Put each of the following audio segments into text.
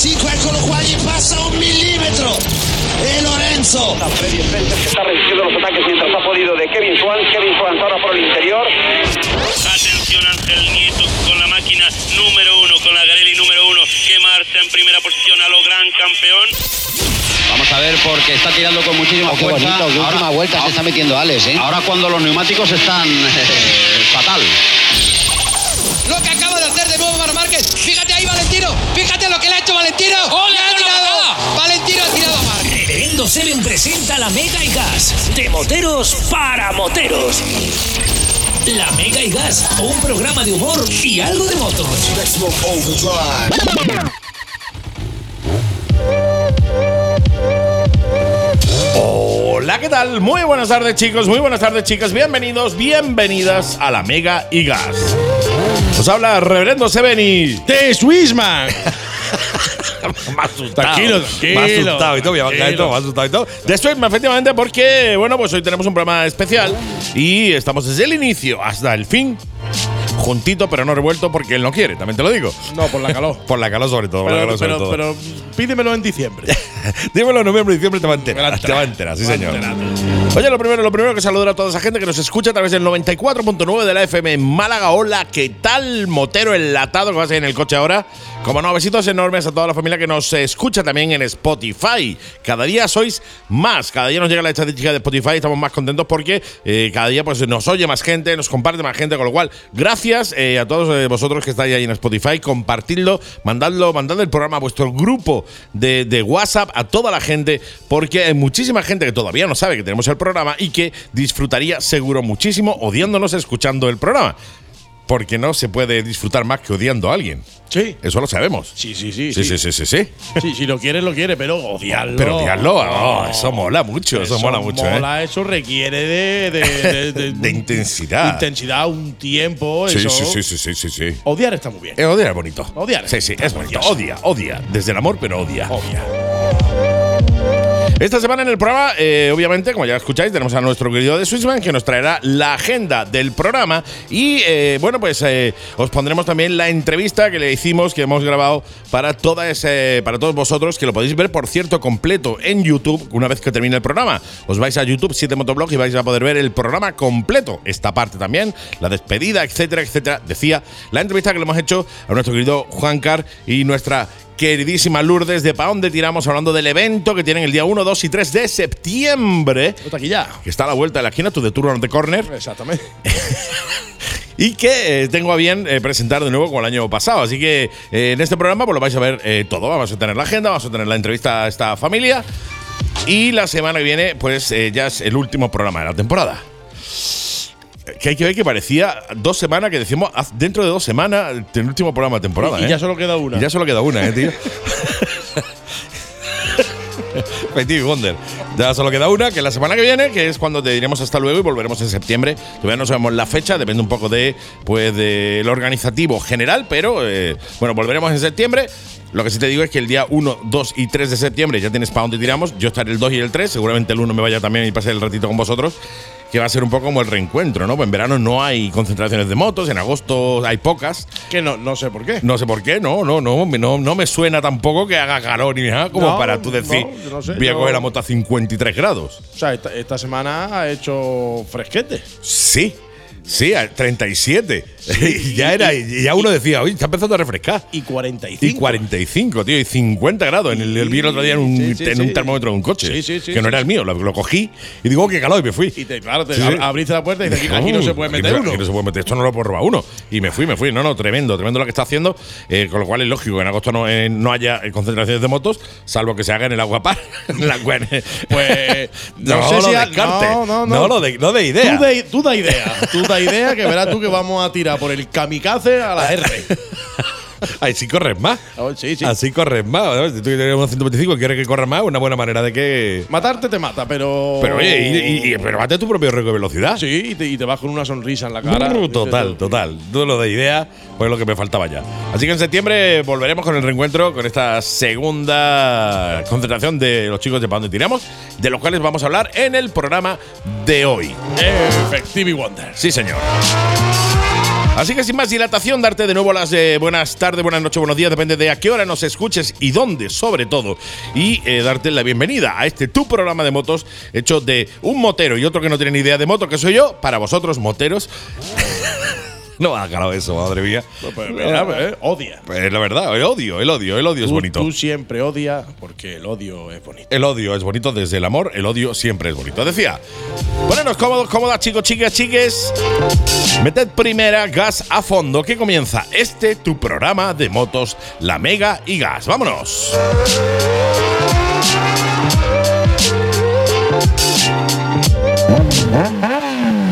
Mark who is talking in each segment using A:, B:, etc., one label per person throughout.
A: chico al Colo Juan y pasa un milímetro. El Lorenzo.
B: Freddy Spencer que está resistiendo los ataques mientras ha podido de Kevin Swan. Kevin Swan ahora por el interior.
C: Atención Ángel Nieto con la máquina número uno, con la Garelli número uno, que marcha en primera posición a lo gran campeón.
D: Vamos a ver porque está tirando con muchísima
E: Oh, qué
D: fuerza.
E: bonito, qué última vuelta se está metiendo Alex, ¿eh?
D: Ahora cuando los neumáticos están eh, fatal.
F: Lo que acaba de hacer de nuevo Mar Márquez. Fíjate ahí, Valentino. Fíjate lo que le ha hecho Valentino. ¡Le ha tirado! Valentino ha tirado a Márquez.
G: Reverendo Seven presenta la Mega y Gas, de moteros para moteros. La Mega y Gas, un programa de humor y algo de motos.
H: Hola, ¿qué tal? Muy buenas tardes, chicos. Muy buenas tardes, chicas. Bienvenidos, bienvenidas a la Mega y Gas. Nos habla Reverendo Seveni.
I: ¡Te Swissman!
H: Más asustado.
I: Tranquilo, tranquilo.
H: Más asustado y todo, más
I: Tranquilo.
H: asustado, más asustado y todo. De esto, efectivamente, porque, bueno, pues hoy tenemos un programa especial y estamos desde el inicio hasta el fin. Juntito, pero no revuelto, porque él no quiere, también te lo digo.
I: No, por la calor.
H: Por la calor, sobre todo. por la
I: Pero,
H: calor sobre
I: pero,
H: todo.
I: pero pídemelo en diciembre.
H: Dímelo en noviembre y diciembre te va a
I: Me la
H: enterar.
I: tra-
H: Te va a enterar, sí,
I: me la
H: señor.
I: enterar.
H: Oye, lo primero, lo primero que saludar a toda esa gente que nos escucha a través del 94.9 de la FM en Málaga. Hola, ¿qué tal? Motero enlatado que vas en el coche ahora. Como no, besitos enormes a toda la familia que nos escucha también en Spotify. Cada día sois más. Cada día nos llega la estadística de Spotify y estamos más contentos porque eh, cada día pues, nos oye más gente, nos comparte más gente. Con lo cual, gracias eh, a todos eh, vosotros que estáis ahí en Spotify. Compartidlo, mandadlo, mandad el programa a vuestro grupo de, de WhatsApp a toda la gente porque hay muchísima gente que todavía no sabe que tenemos el programa y que disfrutaría seguro muchísimo odiándonos escuchando el programa. Porque no se puede disfrutar más que odiando a alguien.
I: Sí.
H: Eso lo sabemos.
I: Sí, sí, sí.
H: Eh, Sí, sí, sí, sí, sí.
I: Sí, si lo quieres, lo quieres, pero odiarlo.
H: Pero odiarlo, oh, eso mola mucho, eso, mola mucho, ¿eh?
I: mola, eso requiere de. De, de- de-
H: De intensidad.
I: Intensidad, un tiempo.
H: Sí,
I: eso.
H: sí, sí, sí, sí, sí, sí.
I: Odiar está muy bien.
H: Eh, odiar es bonito.
I: Odiar es
H: Sí, sí, es bonito.
I: precioso.
H: Odia, odia. Desde el amor, pero odia.
I: Obvia.
H: Esta semana en el programa, eh, obviamente, como ya escucháis, tenemos a nuestro querido de Swissman que nos traerá la agenda del programa. Y eh, bueno, pues eh, os pondremos también la entrevista que le hicimos, que hemos grabado para, toda ese- para todos vosotros, que lo podéis ver, por cierto, completo en YouTube una vez que termine el programa. Os vais a YouTube 7 Motoblog y vais a poder ver el programa completo. Esta parte también, la despedida, etcétera, etcétera. Decía la entrevista que le hemos hecho a nuestro querido Juan Car y nuestra queridísima Lourdes de Pa' dónde tiramos hablando del evento que tienen el día 1, 2 y 3 de septiembre,
I: Otra aquí ya.
H: que está a la vuelta de la esquina, tu de turno de corner,
I: Exactamente.
H: y que eh, tengo a bien eh, presentar de nuevo como el año pasado. Así que eh, en este programa pues, lo vais a ver eh, todo. Vamos a tener la agenda, vamos a tener la entrevista a esta familia. Y la semana que viene, pues eh, ya es el último programa de la temporada. Que hay que ver que parecía dos semanas que decimos haz- dentro de dos semanas el último programa de temporada.
I: y
H: ¿eh?
I: ya solo queda una.
H: Y ya solo queda una, ¿eh, tío? Petit Wonder. Ya solo queda una, que la semana que viene, que es cuando te diremos hasta luego y volveremos en septiembre. Todavía no sabemos la fecha, depende un poco de pues del organizativo general, pero eh, bueno, volveremos en septiembre. Lo que sí te digo es que el día 1, 2 y 3 de septiembre ya tienes para dónde tiramos. Yo estaré el 2 y el 3, seguramente el 1 me vaya también y pase el ratito con vosotros. Que va a ser un poco como el reencuentro, ¿no? Pues en verano no hay concentraciones de motos, en agosto hay pocas.
I: Que no, no sé por qué.
H: No sé por qué, no, no, no, no, no me suena tampoco que haga calor ni nada como
I: No,
H: para tú decir,
I: no, yo no sé,
H: voy a
I: yo-
H: coger la moto a 53 grados.
I: O sea, esta, esta semana ha hecho fresquete.
H: Sí, sí, a 37. Y ya era, y ya uno decía, oye, está empezando a refrescar.
I: Y 45.
H: Y 45, tío, y 50 grados. En el, el vi el otro día en un,
I: Sí, sí,
H: en
I: sí.
H: un termómetro de un coche,
I: Sí, sí, sí,
H: que
I: sí.
H: no era el mío, lo, lo cogí y digo, que calor, y me fui.
I: Y te, claro, te
H: Sí, sí.
I: ab- abriste la puerta y dices, aquí, aquí no se puede
H: Aquí
I: meter
H: no-
I: uno.
H: aquí no se puede meter. Esto no lo puedo robar uno. Y me fui, me fui. No, no, tremendo, tremendo lo que está haciendo. Eh, con lo cual es lógico que en agosto no, eh, no haya eh, concentraciones de motos, salvo que se haga en el aguapar. En la- pues no,
I: no sé
H: lo
I: si ha-
H: descarte.
I: no, no, no.
H: lo de, no de idea.
I: Tú da, tú da idea, tú da idea que verás tú que vamos a tirar por el kamikaze a la R.
H: Ay, si corres más.
I: Oh, sí, sí.
H: Así corres más. ¿no? Si tú tienes un 125 y quieres que corra más, una buena manera de que.
I: Matarte te mata, pero.
H: Pero oye, y, y-
J: Oh.
H: y- pero bate tu propio récord de velocidad.
I: Sí, y te, y te vas con una sonrisa en la cara.
H: Brr, Total, total. No lo de idea, pues lo que me faltaba ya. Así que en septiembre volveremos con el reencuentro, con esta segunda concentración de los chicos de Pa' dónde tiramos, de los cuales vamos a hablar en el programa de hoy.
I: Efectivi Wonder.
H: Sí, señor.
K: Así que sin más dilatación, darte de nuevo las eh, buenas tardes, buenas noches, buenos días, depende de a qué hora nos escuches y dónde, sobre todo. Y eh, darte la bienvenida a este tu programa de motos, hecho de un motero y otro que no tiene ni idea de moto, que soy yo, para vosotros, moteros. no ha calado eso, madre mía.
J: Pues mira, eh, odia.
K: Pues la verdad, el odio, el odio, el odio es
J: Tú-
K: bonito.
J: Tú siempre odias porque el odio es bonito.
K: El odio es bonito desde el amor, el odio siempre es bonito. Decía, poneros cómodos, cómodas, chicos, chicas, chiques. Meted primera gas a fondo que comienza este tu programa de motos, la Mega y Gas. Vámonos.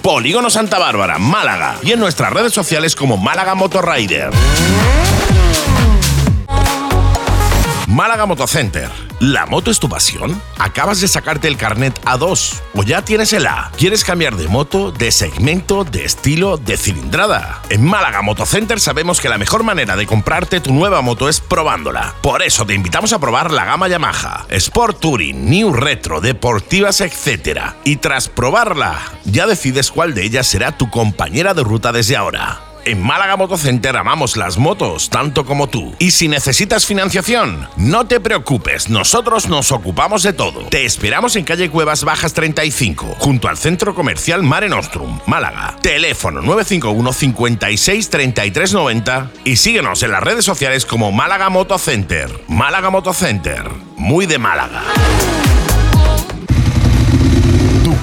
H: Polígono Santa Bárbara, Málaga y en nuestras redes sociales como Málaga Motorrider. Málaga Motocenter. ¿La moto es tu pasión? ¿Acabas de sacarte el carnet A2 o ya tienes el A? ¿Quieres cambiar de moto, de segmento, de estilo, de cilindrada? En Málaga Motocenter sabemos que la mejor manera de comprarte tu nueva moto es probándola. Por eso te invitamos a probar la gama Yamaha, Sport Touring, New Retro, Deportivas, etc. Y tras probarla, ya decides cuál de ellas será tu compañera de ruta desde ahora. En Málaga Motocenter amamos las motos tanto como tú. Y si necesitas financiación, no te preocupes, nosotros nos ocupamos de todo. Te esperamos en calle Cuevas Bajas 35, junto al centro comercial Mare Nostrum, Málaga. Teléfono 951 56 33 90 y síguenos en las redes sociales como Málaga Motocenter. Málaga Motocenter, muy de Málaga.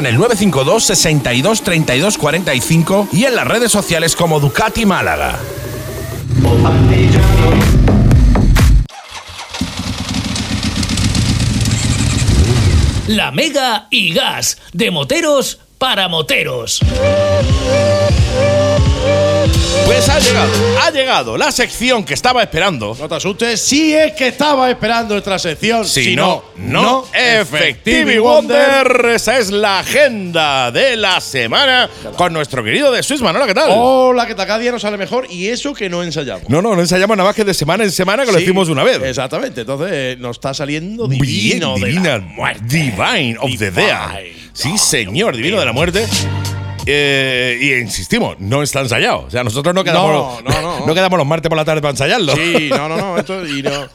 H: en el 952 62 32 45 y en las redes sociales como Ducati Málaga.
G: La Mega y Gas, de moteros para moteros.
K: Pues ha llegado, ha llegado la sección que estaba esperando.
J: No te asustes, si es que estaba esperando nuestra sección.
K: Si, no, no, Effectivity
J: Effectivity
K: Wonder. Esa es la agenda de la semana con nuestro querido de Suiz Manola. ¿Qué tal?
J: Hola, que cada día nos sale mejor y eso que no ensayamos.
K: Oh. No, no, no ensayamos nada más que de semana en semana que lo
J: Sí,
K: hicimos una vez.
J: Exactamente, entonces eh, nos está saliendo
K: Bien,
J: divino. de
K: divina
J: la-
K: muerte. Divine of the Dead.
J: Divine.
K: Sí, señor, divino de la muerte. Eh, y insistimos, no está ensayado. O sea, nosotros no quedamos,
J: No, no, no.
K: quedamos los martes por la tarde para ensayarlo.
J: Sí, no, no, no, esto y no.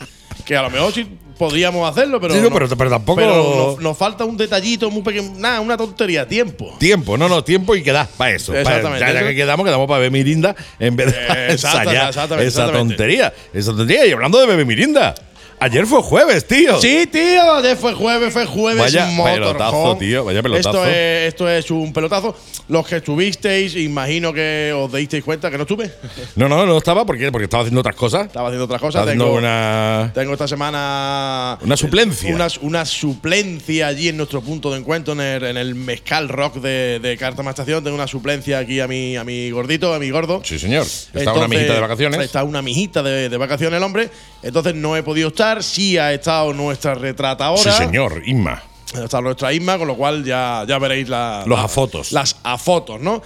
J: Que a lo mejor sí podríamos hacerlo, pero.
K: Sí, no,
J: no-
K: pero- pero tampoco-
J: pero nos, nos falta un detallito muy pequeño. Nada, una tontería, tiempo.
K: Tiempo, no, no, tiempo y quedar para eso. pa'
J: Exactamente.
K: ya, ya que quedamos, quedamos para Bebe Mirinda en vez de para
J: Exacta-
K: ensayar
J: exactamente,
K: esa
J: exactamente.
K: tontería. Esa tontería. Y hablando de Bebe Mirinda, ayer fue jueves, tío.
J: Sí, tío, ayer fue jueves, fue jueves.
K: Vaya
J: motorhome.
K: pelotazo, tío, vaya pelotazo.
J: Esto es, esto es un pelotazo. Los que estuvisteis, imagino que os disteis cuenta que no estuve.
K: No, no, no estaba porque, porque estaba haciendo otras cosas.
J: Estaba haciendo otras cosas.
K: Estaba haciendo
J: tengo,
K: una.
J: tengo esta semana.
K: Una suplencia.
J: Una, una suplencia allí en nuestro punto de encuentro, en el, en el Mezcal Rock de, de Carta Más Estación. Tengo una suplencia aquí a mi, a mi gordito, a mi gordo.
K: Sí, señor. Estaba una
J: Entonces,
K: amiguita de vacaciones.
J: Está una mijita de, de vacaciones el hombre. Entonces no he podido estar. Sí ha estado nuestra retratadora.
K: Sí, señor, Inma.
J: Está nuestra Isma, con lo cual ya, ya veréis la-
K: Los
J: la-
K: afotos.
J: Las afotos, ¿no?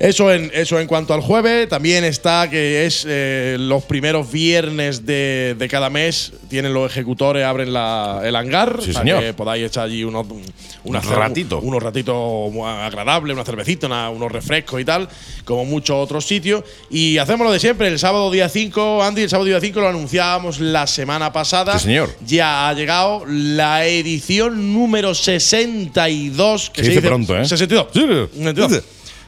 J: Eso en, eso en cuanto al jueves. También está que es eh, los primeros viernes de, de cada mes. Tienen los ejecutores, abren la- el hangar.
K: Sí,
J: para
K: señor.
J: que podáis echar allí unos, un- unas-
K: ratito.
J: Unos ratitos muy agradables, una cervecita, una- unos refrescos y tal, como muchos otros sitios. Y hacemos lo de siempre. El sábado día 5, Andy, el sábado día 5 lo anunciábamos la semana pasada.
K: Sí, señor.
J: Ya ha llegado la edición número 62.
K: Se dice pronto, ¿eh?
J: 62.
K: Sí, sí.
J: 62.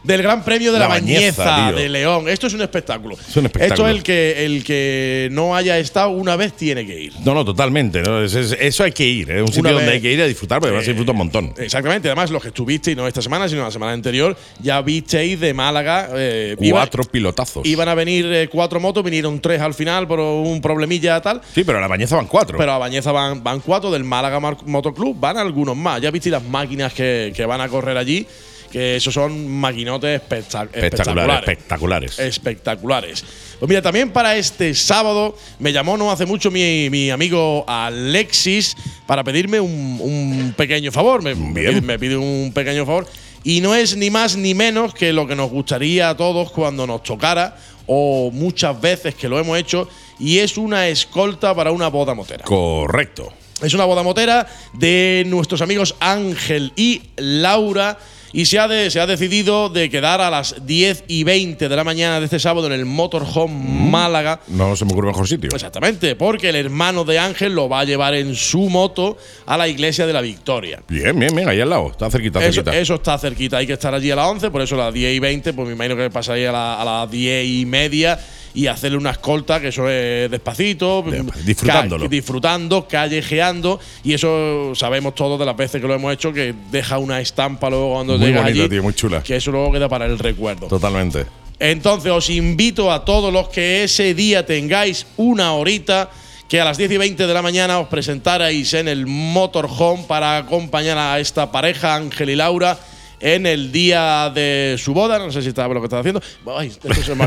J: del Gran Premio de
H: La
J: la, Bañeza,
H: Bañeza, tío.
J: de León. Esto es un espectáculo.
H: Es un espectáculo.
J: Esto es el que, el que no haya estado una vez tiene que ir.
H: No, no, totalmente. ¿no? Es- es- eso hay que ir. Es un sitio
J: Una
H: donde
J: vez- Eh,
H: hay que ir a disfrutar, porque además se disfruta un montón.
J: Exactamente, además los que estuvisteis, no esta semana, sino la semana anterior, ya visteis de Málaga. eh, iba-
H: Cuatro pilotazos.
J: iban a venir eh, cuatro motos, vinieron tres al final por un problemilla tal.
H: Sí, pero a la bañeza van cuatro.
J: Pero a Bañeza van, van cuatro, del Málaga Mar- Motoclub van algunos más. Ya visteis las máquinas que, que van a correr allí, que esos son maquinotes espectac-
H: espectaculares,
J: espectaculares. Eh.
H: espectaculares.
J: espectaculares. Pues mira, también para este sábado me llamó no hace mucho mi, mi amigo Alexis para pedirme un, un pequeño favor. Me, me
H: Bien.
J: pide- me pide un pequeño favor. Y no es ni más ni menos que lo que nos gustaría a todos cuando nos tocara, o muchas veces que lo hemos hecho, y es una escolta para una boda motera.
H: Correcto.
J: Es una boda motera de nuestros amigos Ángel y Laura. Y se ha, de- se ha decidido de quedar a las 10 y 20 de la mañana de este sábado en el Motorhome Málaga.
H: No se me ocurre mejor
J: Pues
H: sitio.
J: Exactamente, porque el hermano de Ángel lo va a llevar en su moto a la iglesia de la Victoria.
H: Bien, bien, bien, ahí al lado. Está cerquita,
J: Eso,
H: cerquita.
J: eso está cerquita, hay que estar allí a las 11, por eso a las 10 y 20, pues me imagino que pasaría a, la- a las 10 y media y hacerle una escolta, que eso es despacito,
H: Despa- disfrutándolo.
J: ca- disfrutando, callejeando, y eso sabemos todos de las veces que lo hemos hecho, que deja una estampa luego cuando
H: Muy
J: llegas
H: bonita,
J: allí,
H: tío, muy chula.
J: que eso luego queda para el recuerdo.
H: Totalmente.
J: Entonces os invito a todos los que ese día tengáis una horita, que a las 10 y 20 de la mañana os presentarais en el Motorhome para acompañar a esta pareja, Ángel y Laura. En el día de su boda, no sé si está lo que está haciendo. Ay, esto se me-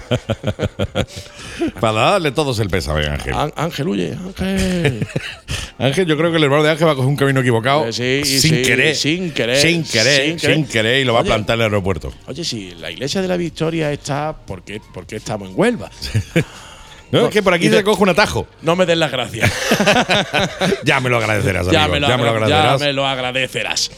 H: Para darle todos el pésame, Ángel.
J: Á- Ángel huye, Ángel.
H: Ángel, yo creo que el hermano de Ángel va a coger un camino equivocado.
J: Eh, sí, y
H: sin,
J: sí,
H: querer,
J: sin querer,
H: Sin querer. Sin
J: sin
H: querer.
J: querer.
H: y lo va
J: Oye.
H: a plantar en el aeropuerto.
J: Oye, si la iglesia de la Victoria está, ¿por qué, por qué estamos en Huelva?
H: No,
J: No,
H: es que por aquí
J: y
H: se
J: de-
H: coge un atajo.
J: No me des las gracias.
H: Ya me lo agradecerás, amigo.
J: ya, me lo, agra- ya
H: agradecerás.
J: me lo agradecerás.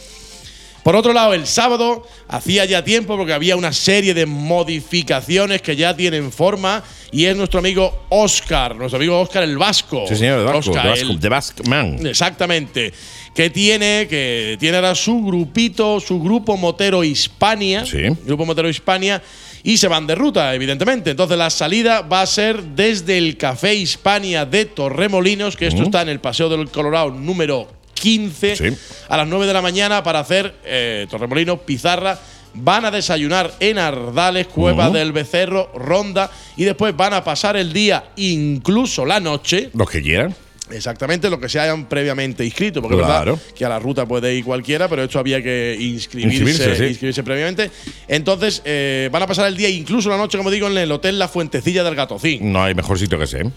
J: Por otro lado, el sábado hacía ya tiempo porque había una serie de modificaciones que ya tienen forma y es nuestro amigo Oscar, nuestro amigo Oscar el Vasco.
H: Sí, señor, de Vasco.
J: Óscar,
H: de Vasco,
J: el-
H: de Vasco Man.
J: exactamente. Que tiene, que tiene ahora su grupito, su grupo motero Hispania.
H: Sí.
J: Grupo motero Hispania. Y se van de ruta, evidentemente. Entonces la salida va a ser desde el Café Hispania de Torremolinos, que esto está en el Paseo del Colorado número 15,
H: Sí.
J: a las 9 de la mañana para hacer eh, Torremolinos, Pizarra. Van a desayunar en Ardales, Cueva del Becerro, Ronda, y después van a pasar el día, incluso la noche,
H: Los que quieran.
J: Exactamente, lo que se hayan previamente inscrito, porque
H: Claro.
J: es verdad que a la ruta puede ir cualquiera, pero esto había que inscribirse,
H: Inscribirse,
J: inscribirse,
H: sí.
J: previamente. Entonces, eh, van a pasar el día, incluso la noche, como digo, en el Hotel La Fuentecilla del Gatocín.
H: No hay mejor sitio que ese. ¿eh?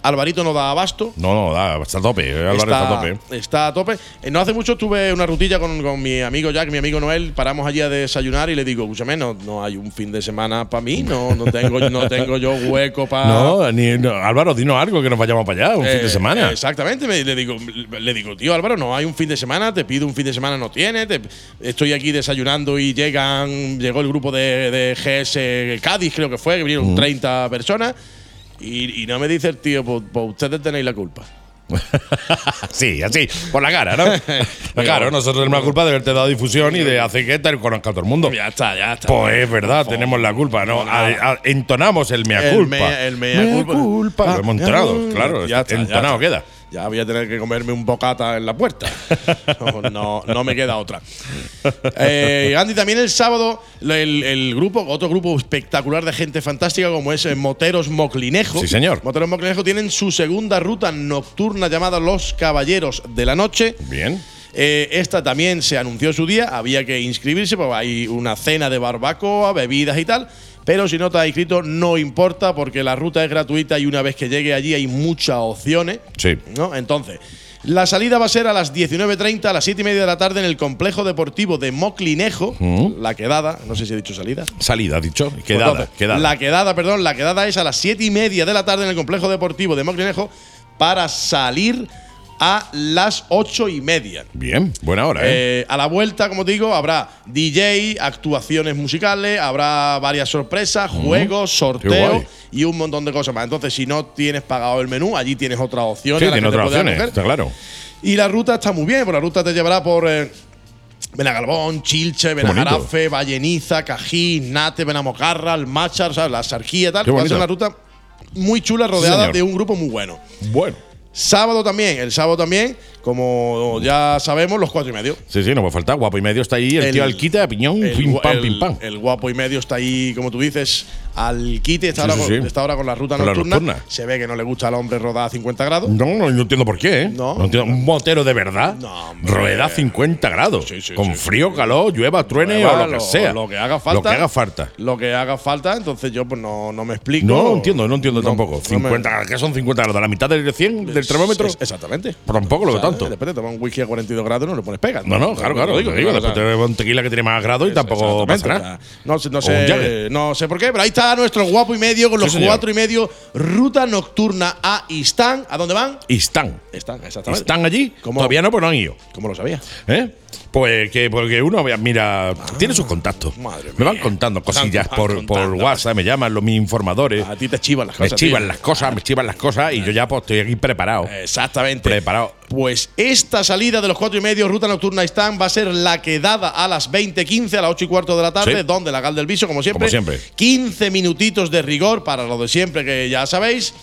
J: Alvarito no da abasto.
H: No, no, da, está a tope. eh, Álvaro está, a tope.
J: está a tope. Eh, No hace mucho tuve una rutilla con, con mi amigo Jack, mi amigo Noel. Paramos allí a desayunar y le digo, escúchame, no, no hay un fin de semana para mí, no, no, tengo, no tengo yo hueco para.
H: No, ni, no, Álvaro, dinos algo que nos vayamos para allá un fin de
J: Eh,
H: semana.
J: Exactamente, me- le, digo, le digo, tío Álvaro, no hay un fin de semana, te pido un fin de semana, no tiene, te- estoy aquí desayunando y llegan, llegó el grupo de, de GS Cádiz, creo que fue, que vinieron 30 personas, y, y no me dice el tío, pues, pues ustedes tenéis la culpa.
H: sí, así, por la cara, ¿no? claro, nosotros tenemos la culpa de haberte dado difusión y de hacer que te conozca a todo el mundo.
J: Ya está, ya está.
H: Pues es verdad, tenemos la culpa, ¿no? A- a- entonamos el mea
J: El
H: culpa.
J: mea- el mea culpa.
H: Lo hemos entonado,
J: Ah,
H: claro.
J: ya está, ya
H: entonado
J: está.
H: queda.
J: Ya voy a tener que comerme un bocata en la puerta. No, no, no me queda otra. Eh, Andy, también el sábado, el, el grupo, otro grupo espectacular de gente fantástica como es eh, Moteros Moclinejo.
H: Sí, señor.
J: Moteros Moclinejo tienen su segunda ruta nocturna llamada Los Caballeros de la Noche.
H: Bien.
J: Eh, esta también se anunció su día, había que inscribirse, porque hay una cena de barbacoa, bebidas y tal. Pero si no te has inscrito, no importa, porque la ruta es gratuita y una vez que llegue allí hay muchas opciones.
H: Sí.
J: ¿no? Entonces, la salida va a ser a las 19.30, a las 7 y media de la tarde en el complejo deportivo de Moclinejo, la quedada, no sé si he dicho salida.
H: Salida, dicho.
J: Pues
H: Mm. Quedada,
J: entonces,
H: quedada.
J: La quedada, perdón, la quedada es a las 7 y media de la tarde en el complejo deportivo de Moclinejo para salir a las 8 y media.
H: Bien, buena hora, ¿eh?
J: Eh, a la vuelta, como digo, habrá DJ, actuaciones musicales, habrá varias sorpresas, juegos, sorteos
H: guay.
J: y un montón de cosas más. Entonces, si no tienes pagado el menú, allí tienes otras opciones.
H: sí,
J: a las
H: tiene
J: que te
H: otras
J: puedes
H: opciones,
J: acoger.
H: está claro.
J: pues Y la ruta está muy bien, porque la ruta te llevará por eh, Benagalbón, Chilche, Benagarafe, Valleniza, Cají, Nate, Benamocarra, el Machar, ¿sabes? la Sarquía y tal.
H: Qué
J: que Va a ser una
H: bonito.
J: ruta muy chula rodeada
H: señor.
J: de un grupo muy bueno.
H: Bueno.
J: Sábado también, el sábado también, como ya sabemos, los cuatro y medio.
H: Sí, sí, no me falta. Guapo y medio está ahí. El,
J: El-
H: tío Alquita, piñón,
J: El
H: pim
J: gua-
H: pam,
J: el- eh.
H: pim pam.
J: El guapo y medio está ahí, como tú dices, al quite. Está,
H: Sí,
J: ahora,
H: sí,
J: con,
H: sí.
J: está ahora con la ruta
H: Con la
J: nocturna.
H: nocturna.
J: Se ve que no le gusta al hombre rodar a 50 grados.
H: No, no, no entiendo por qué, ¿eh?
J: No.
H: entiendo. Un motero de verdad.
J: No, hombre.
H: rueda a 50 grados.
J: Sí, sí,
H: con
J: sí.
H: frío, calor, llueva, truene
J: Prueba
H: o lo que sea.
J: Lo que haga falta.
H: Lo que haga falta.
J: Lo que haga falta, entonces yo pues no, no me explico.
H: No, no entiendo, no entiendo tampoco.
J: no me-
H: 50, ¿Qué son 50 grados? ¿La mitad del 100 del termómetro?
J: Es- exactamente.
H: Tampoco lo
J: O
H: que
J: sea,
H: tanto.
J: De repente tomas un whisky a 42 grados y no le pones pega.
H: No, no, claro, claro, digo, digo.
J: O sea,
H: Después te bebo un tequila que tiene más grados y tampoco
J: Exactamente,
H: pasa nada.
J: o sea, No, sé- no
H: O un
J: sé,
H: Jagger.
J: no sé por qué, pero ahí está nuestro guapo y medio con
H: Sí,
J: los
H: señor.
J: cuatro y medio. Ruta nocturna a Istán. ¿A dónde van?
H: Y están.
J: Están, exactamente.
H: ¿Están allí?
J: ¿Cómo?
H: Todavía no, pues no han ido.
J: ¿Cómo lo sabía?
H: ¿Eh? Pues que porque uno, mira, tiene sus contactos.
J: Ah, madre
H: me van
J: mía.
H: contando cosillas
J: Van
H: por, por
J: contando.
H: WhatsApp, me llaman los mis informadores.
J: A ti Eh, te chivan las
H: me
J: cosas.
H: chivan
J: tío.
H: las cosas, me chivan las cosas y yo ya pues, estoy aquí preparado.
J: Exactamente.
H: Preparado.
J: Pues esta salida de los cuatro y medio, ruta nocturna Están, va a ser la quedada a las 20.15, a las 8 y cuarto de la tarde,
H: Sí.
J: donde la Gal del Viso, como siempre.
H: Como siempre.
J: 15 minutitos de rigor para lo de siempre, que ya sabéis.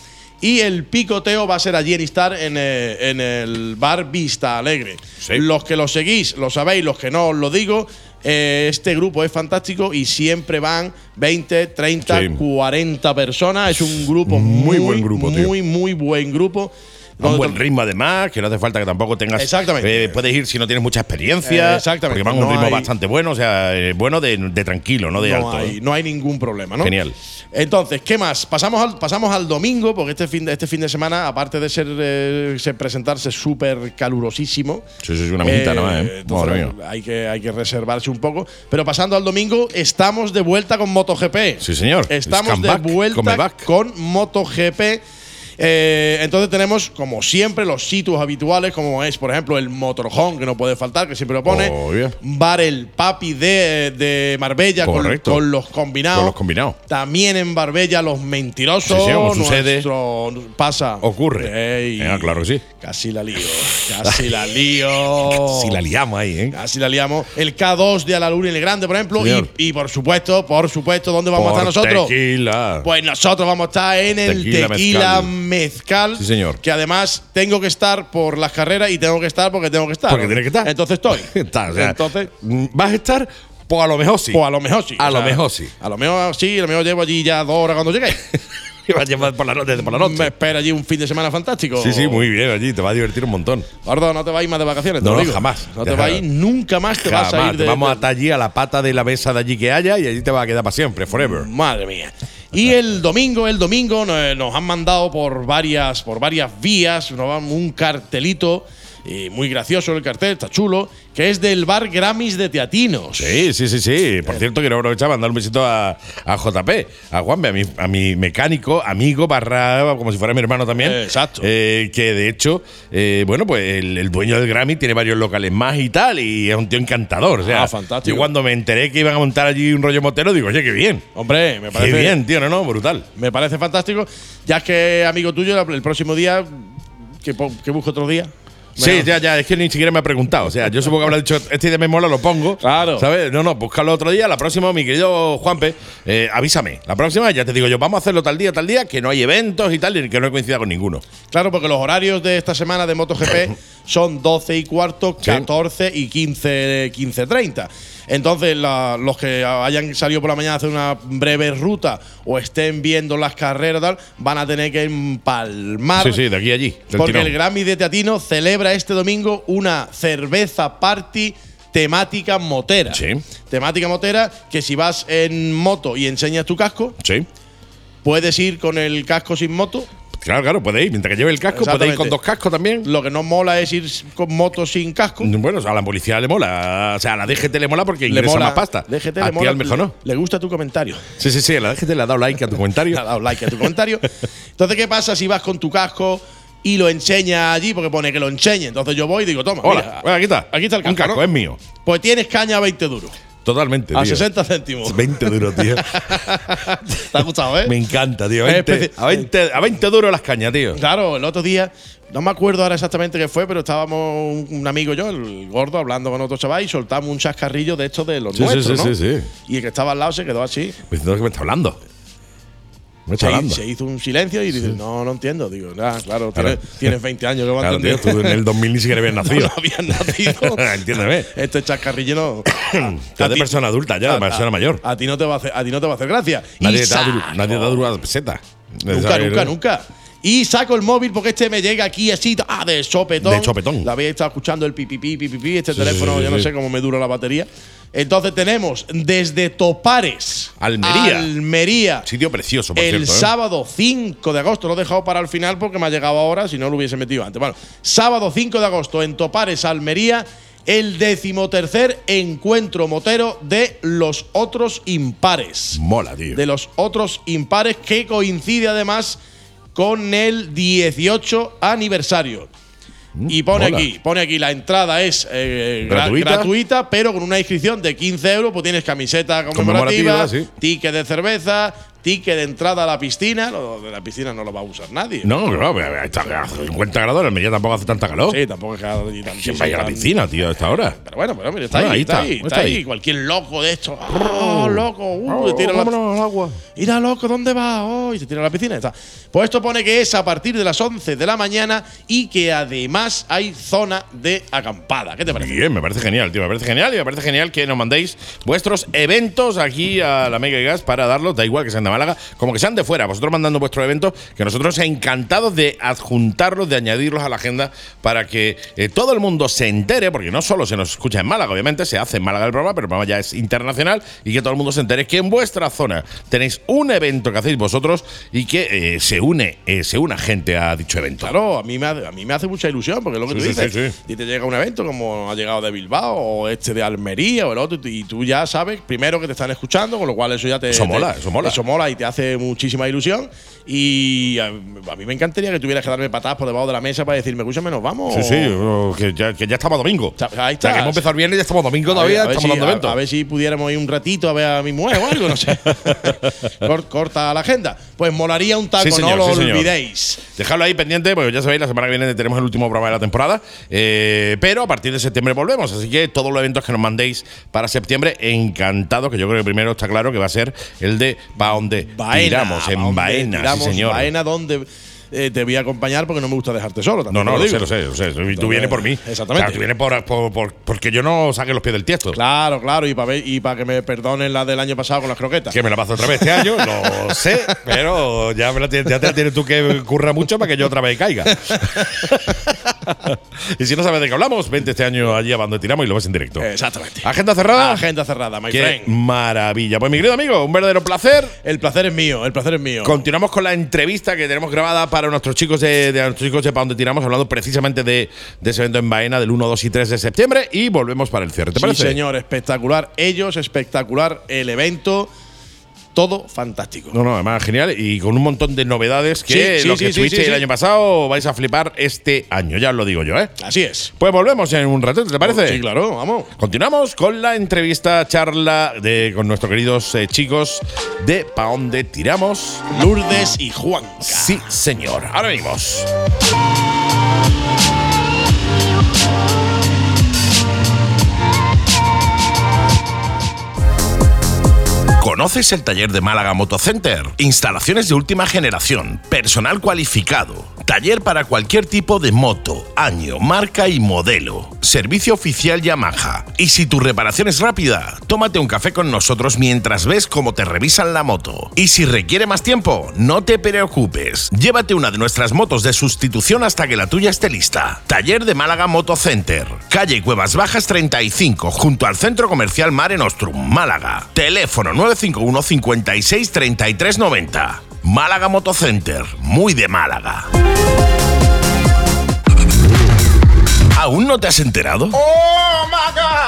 J: Y el picoteo va a ser allí en Istar, en, eh, en el bar Vista Alegre.
H: Sí.
J: Los que lo seguís, lo sabéis, los que no, os lo digo. Eh, este grupo es fantástico y siempre van 20, 30,
H: Sí.
J: 40 personas. Es un grupo
H: Muy
J: muy,
H: buen grupo, tío.
J: Muy, muy buen grupo.
H: A un
J: Donde
H: buen
J: to-
H: ritmo además, que no hace falta que tampoco tengas...
J: Exactamente.
H: eh, puedes ir si no tienes mucha experiencia.
J: Eh, exactamente.
H: Porque van a un
J: No
H: ritmo
J: hay-
H: bastante bueno, o sea, eh, bueno de, de tranquilo, no de
J: no
H: alto.
J: Hay,
H: ¿eh?
J: no hay ningún problema, ¿no?
H: Genial.
J: Entonces, ¿qué más? Pasamos al, pasamos al domingo, porque este fin, de- este fin de semana, aparte de ser, eh, se- presentarse súper calurosísimo.
H: Sí, sí, sí, una mijita nada más, ¿eh?
J: entonces,
H: Madre mía.
J: Hay que, hay que reservarse un poco. Pero pasando al domingo, estamos de vuelta con MotoGP.
H: Sí, señor.
J: Estamos
H: It's come
J: de
H: back, come
J: vuelta
H: back.
J: con MotoGP. Eh, entonces tenemos, como siempre, los sitios habituales, como es, por ejemplo, el Motorhome, que no puede faltar, que siempre lo pone.
H: Oh, yeah.
J: Bar El Papi de, de Marbella con,
H: Correcto.
J: con los combinados.
H: Con los combinados.
J: También en Marbella los mentirosos.
H: Sí, sí, como sucede.
J: nuestro- pasa.
H: Ocurre.
J: Ey.
H: Eh, claro que sí.
J: Casi la lío. Casi la lío.
H: Si la liamos ahí, ¿eh?
J: Así la liamos. El K2 de Alaluna en el Grande, por ejemplo.
H: Señor.
J: Y, y por supuesto, por supuesto, ¿dónde vamos
H: Por
J: a estar nosotros?
H: Tequila.
J: Pues nosotros vamos a estar en el Tequila,
H: Tequila
J: mezcal.
H: Sí, señor.
J: Que además tengo que estar por las carreras y tengo que estar porque tengo que estar.
H: Porque tiene que estar.
J: Entonces estoy.
H: Está, o sea,
J: Entonces,
H: mm, ¿Vas a estar? Pues a lo mejor sí.
J: pues a lo mejor sí.
H: A
J: O
H: lo
J: sea,
H: mejor sí.
J: A lo mejor sí, a lo mejor llevo allí ya dos horas cuando llegue.
H: Y vas a llevar por la noche, desde por la
J: Me
H: noche.
J: espera allí un fin de semana fantástico.
H: Sí, sí, muy bien allí. Te va a divertir un montón.
J: Gordo, no te vais más de vacaciones. te
H: No,
J: lo
H: no,
J: digo.
H: jamás.
J: No te
H: Ya.
J: vais, nunca más te vas a
H: Jamás,
J: ir
H: te
J: de.
H: vamos a
J: de-
H: atar allí a la pata de la mesa de allí que haya y allí te va a quedar para siempre, forever.
J: Madre mía. Y el domingo, el domingo nos, nos han mandado por varias, por varias vías nos van un cartelito eh, muy gracioso el cartel, está chulo, que es del bar Grammys de Teatinos.
H: Sí, sí, sí, sí. Por cierto, quiero aprovechar para mandar un besito a, a JP, a Juanme, a mi, a mi mecánico, amigo, barra, como si fuera mi hermano también.
J: Eh, exacto.
H: Eh, que de hecho, eh, bueno, pues el, el dueño del Grammy tiene varios locales más y tal, y es un tío encantador. O sea,
J: Ah, fantástico.
H: Yo cuando me enteré que iban a montar allí un rollo motero, digo, oye, qué bien.
J: Hombre, me
H: Qué
J: parece
H: bien, tío, no, no, brutal.
J: Me parece fantástico. Ya es que amigo tuyo el próximo día que, po- que busco otro día.
H: Sí,
J: Bueno,
H: ya, ya, es que ni siquiera me ha preguntado. O sea, yo supongo que habrá dicho, este de me mola, lo pongo.
J: Claro.
H: ¿Sabes? No, no, búscalo otro día. La próxima, mi querido Juanpe, eh, avísame. La próxima, ya te digo yo, vamos a hacerlo tal día, tal día, que no hay eventos y tal, y que no coincida con ninguno.
J: Claro, porque los horarios de esta semana de MotoGP son 12 y cuarto,
H: Sí.
J: 14 y 15, 15.30. Entonces, la- los que hayan salido por la mañana a hacer una breve ruta o estén viendo las carreras, tal, van a tener que empalmar.
H: Sí, sí, de aquí a allí. del
J: Porque
H: tirón.
J: el Grammy de Teatino celebra este domingo una cerveza party temática motera.
H: Sí.
J: Temática motera que si vas en moto y enseñas tu casco,
H: Sí.
J: puedes ir con el casco sin moto.
H: Claro, claro, puede ir. Mientras que lleve el casco, puede ir
J: Exactamente.
H: con dos cascos también.
J: Lo que no mola es ir con moto sin casco.
H: Bueno, o sea, a la policía le mola. O sea, a la DGT le mola porque ingresa más pasta.
J: DGT
H: a
J: le
H: ti
J: mola.
H: al mejor no.
J: Le gusta tu comentario.
H: Sí, sí, sí, a la DGT le ha dado like a tu comentario.
J: Le ha dado like a tu comentario. Entonces, ¿qué pasa si vas con tu casco y lo enseñas allí? Porque pone que lo enseñe. Entonces yo voy y digo, toma.
H: Hola,
J: mira,
H: bueno, aquí está.
J: Aquí está el casco.
H: Un casco,
J: ¿no?
H: es mío.
J: Pues tienes caña a 20 duros.
H: Totalmente,
J: A
H: tío.
J: 60 céntimos.
H: 20 duros, tío.
J: ¿Te ha gustado, eh?
H: Me encanta, tío.
J: Es
H: 20
J: especi-
H: a, 20, a 20 duros las cañas, tío.
J: Claro, el otro día, no me acuerdo ahora exactamente qué fue, pero estábamos un, un amigo y yo, el gordo, hablando con otro chaval y soltamos un chascarrillo de estos de los
H: Sí, sí,
J: nuestros,
H: sí,
J: ¿no?
H: sí, sí.
J: Y el que estaba al lado se quedó así.
H: Me dice, ¿de qué me está hablando? Me está
J: Se,
H: hablando.
J: se hizo un silencio y dice, no, no entiendo. Digo, nada, claro,
H: Claro.
J: tienes, tienes 20 años, que va a
H: Claro, tío,
J: entender?
H: tú en el 2000 ni siquiera habías nacido.
J: no habías nacido.
H: Entiéndeme.
J: Este chascarrillo no.
H: Tú
J: A
H: eres
J: ti- Ah,
H: persona adulta ya,
J: a- a-
H: persona mayor.
J: A ti no te va a hacer, a ti no te va a hacer gracia.
H: Nadie
J: Y
H: te, da, duro-
J: saco.
H: nadie te da duro a la peseta.
J: Nunca,
H: ¿Sabes?
J: nunca, nunca. Y saco el móvil porque este me llega aquí así, ah, de sopetón.
H: De sopetón.
J: La habéis estado escuchando el pipipi, pipipi, este teléfono,
H: sí,
J: yo no
H: sí.
J: sé cómo me dura la batería. Entonces tenemos desde Topares,
H: Almería.
J: Almería,
H: Sitio precioso, por
J: el
H: cierto. ¿eh?
J: sábado 5 de agosto, lo he dejado para el final porque me ha llegado ahora, si no lo hubiese metido antes. Bueno, sábado 5 de agosto en Topares, Almería, el decimotercer encuentro motero de los otros impares
H: Mola, tío.
J: de los otros impares que coincide además con el 18 aniversario. Y pone
H: Mm, mola.
J: aquí, pone aquí, la entrada es eh, gra-
H: Gratuita.
J: gratuita. pero con una inscripción de 15 euros, pues tienes camiseta conmemorativa,
H: Conmemorativa, sí.
J: ticket de cerveza, ticket de entrada a la piscina, lo de la piscina no lo va a usar nadie.
H: No, claro, está a 50 grados, en Almería tampoco hace tanta calor.
J: Sí, tampoco es que allí tan-
H: ¿Quién va a ir a la piscina, tío, a esta hora?
J: Pero bueno, pero mira, está,
H: Bueno,
J: ahí, está, ahí, está ahí.
H: ahí.
J: Cualquier loco de estos. ¡Oh, loco! ¡Uh! tira la-
H: al agua.
J: Mira, loco, ¿dónde va? Oh, y se tira a la piscina. y Está. Pues esto pone que es a partir de las 11 de la mañana y que además hay zona de acampada. ¿Qué te parece?
H: Bien, me parece genial, tío. Me parece genial y me parece genial que nos mandéis vuestros eventos aquí a la Mega y Gas para darlos, da igual que sean de Málaga, como que sean de fuera. Vosotros mandando vuestros eventos, que nosotros encantados de adjuntarlos, de añadirlos a la agenda para que eh, todo el mundo se entere, porque no solo se nos escucha en Málaga, obviamente se hace en Málaga el programa, pero el programa ya es internacional y que todo el mundo se entere que en vuestra zona tenéis un evento que hacéis vosotros y que eh, se une, eh, se una gente a dicho evento.
J: Claro, a mí, me, ha- a mí me hace mucha ilusión porque es lo que
H: Sí,
J: tú
H: sí,
J: dices.
H: sí, sí.
J: Y te llega un evento como ha llegado de Bilbao o este de Almería o el otro, y tú ya sabes primero que te están escuchando, con lo cual eso ya te.
H: Eso
J: te-
H: mola, eso mola.
J: Eso mola y te hace muchísima ilusión. Y a, a mí me encantaría que tuvieras que darme patadas por debajo de la mesa para decirme, escúchame, nos vamos.
H: Sí, sí,
J: o-
H: o que ya, que ya estamos a domingo.
J: O sea, ahí
H: O sea, que
J: estás.
H: hemos empezado el viernes y ya estamos a domingo
J: A ver,
H: todavía,
J: a ver
H: estamos
J: si-
H: dando
J: a-
H: eventos.
J: A, ver si pudiéramos ir un ratito a ver a mi mujer o algo, no sé. Cor- corta la agenda. Pues molaría un taco,
H: Sí, señor,
J: no lo
H: sí, señor.
J: olvidéis.
H: Dejadlo ahí pendiente, porque ya sabéis, la semana que viene tenemos el último programa de la temporada. eh, pero a partir de septiembre volvemos. Así que todos los eventos que nos mandéis para septiembre, encantado, que yo creo que primero está claro que va a ser el de Pa' donde tiramos, en
J: ¿dónde
H: Baena, sí,
J: tiramos?
H: señor.
J: Baena, donde eh, te voy a acompañar porque no me gusta dejarte solo.
H: No,
J: también
H: no,
J: te
H: lo sé,
J: digo.
H: lo sé, lo sé. Y tú vienes por mí.
J: Exactamente.
H: Claro, tú vienes por, por- por- porque yo no saque los pies del tiesto.
J: Claro, claro, y para y pa' que me perdonen la del año pasado con las croquetas.
H: Que me la paso otra vez este año, lo sé, pero ya, me la tienes, ya te la tienes tú que curra mucho para que yo otra vez caiga. y si no sabes de qué hablamos, vente este año allí a donde tiramos y lo ves en directo.
J: Exactamente. Ah.
H: Agenda cerrada.
J: Agenda cerrada, my
H: Qué
J: friend.
H: maravilla. Pues mi querido amigo, un verdadero placer.
J: El placer es mío, el placer es mío.
H: Continuamos con la entrevista que tenemos grabada para nuestros chicos de, de nuestros chicos de Pa' donde tiramos, hablando precisamente de, de ese evento en Baena del 1, 2 y 3 de septiembre y volvemos para el cierre. ¿Te
J: sí,
H: parece?
J: señor, espectacular. Ellos, espectacular. El evento, todo fantástico.
H: No, no, además genial y con un montón de novedades que
J: Sí, sí,
H: lo
J: sí,
H: que
J: sí,
H: tuvisteis
J: sí, sí.
H: el año pasado vais a flipar este año, ya os lo digo yo, ¿eh?
J: Así es.
H: Pues volvemos en un ratito, ¿te parece?
J: Oh, Sí, claro, vamos.
H: Continuamos con la entrevista, charla de, con nuestros queridos eh, chicos de Pa' dónde tiramos.
J: Lourdes y Juan.
H: Sí, señor. Ahora venimos.
L: ¿Conoces el taller de Málaga Motocenter? Instalaciones de última generación, personal cualificado, taller para cualquier tipo de moto, año, marca y modelo, servicio oficial Yamaha. Y si tu reparación es rápida, tómate un café con nosotros mientras ves cómo te revisan la moto. Y si requiere más tiempo, no te preocupes, llévate una de nuestras motos de sustitución hasta que la tuya esté lista. Taller de Málaga Motocenter, calle Cuevas Bajas 35, junto al Centro Comercial Mare Nostrum, Málaga. Teléfono 951 56 33 90. Málaga Motocenter, muy de Málaga. ¿Aún no te has enterado? ¡Oh,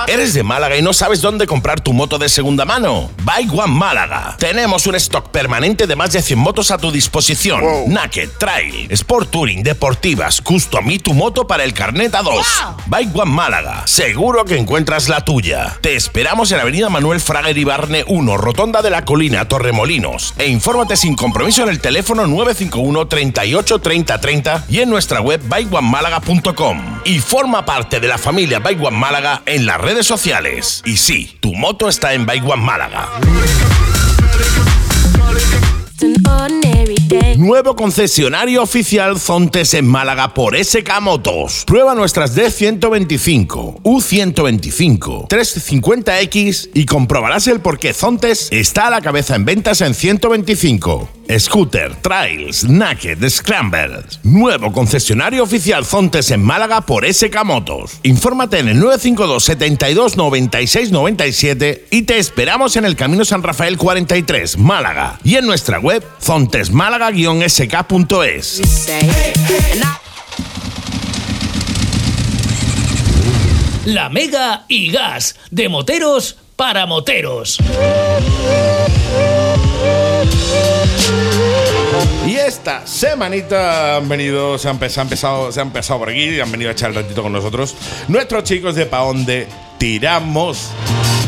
M: ¿Eres de Málaga y no sabes dónde comprar tu moto de segunda mano? Buy One Málaga. Tenemos un stock permanente de más de 100 motos a tu disposición. Naked, Trail, Sport Touring, Deportivas, Custom y tu moto para el carnet A2. Buy One Málaga. Seguro que encuentras la tuya. Te esperamos en Avenida Manuel Frager y Barne 1, Rotonda de la Colina, Torremolinos. E infórmate sin compromiso en el teléfono 951 38 30 30 y en nuestra web bikeonemálaga.com. Y forma parte de la familia Bike One Málaga en las redes sociales. Y sí, tu moto está en Bike One Málaga. Nuevo concesionario oficial Zontes en Málaga por SK Motos. Prueba nuestras D125, U125, 350X y comprobarás el por qué Zontes está a la cabeza en ventas en 125. Scooter, Trails, Naked, Scrambles. Nuevo concesionario oficial Zontes en Málaga por SK Motos. Infórmate en el 952 72 96 97 y te esperamos en el Camino San Rafael 43, Málaga. Y en nuestra web zontesmálaga-sk.es.
G: La Mega y Gas, de moteros para moteros.
H: Y esta semanita han venido, se han, pe- se han empezado, se han empezado por aquí y han venido a echar el ratito con nosotros nuestros chicos de Pa' Onde Tiramos.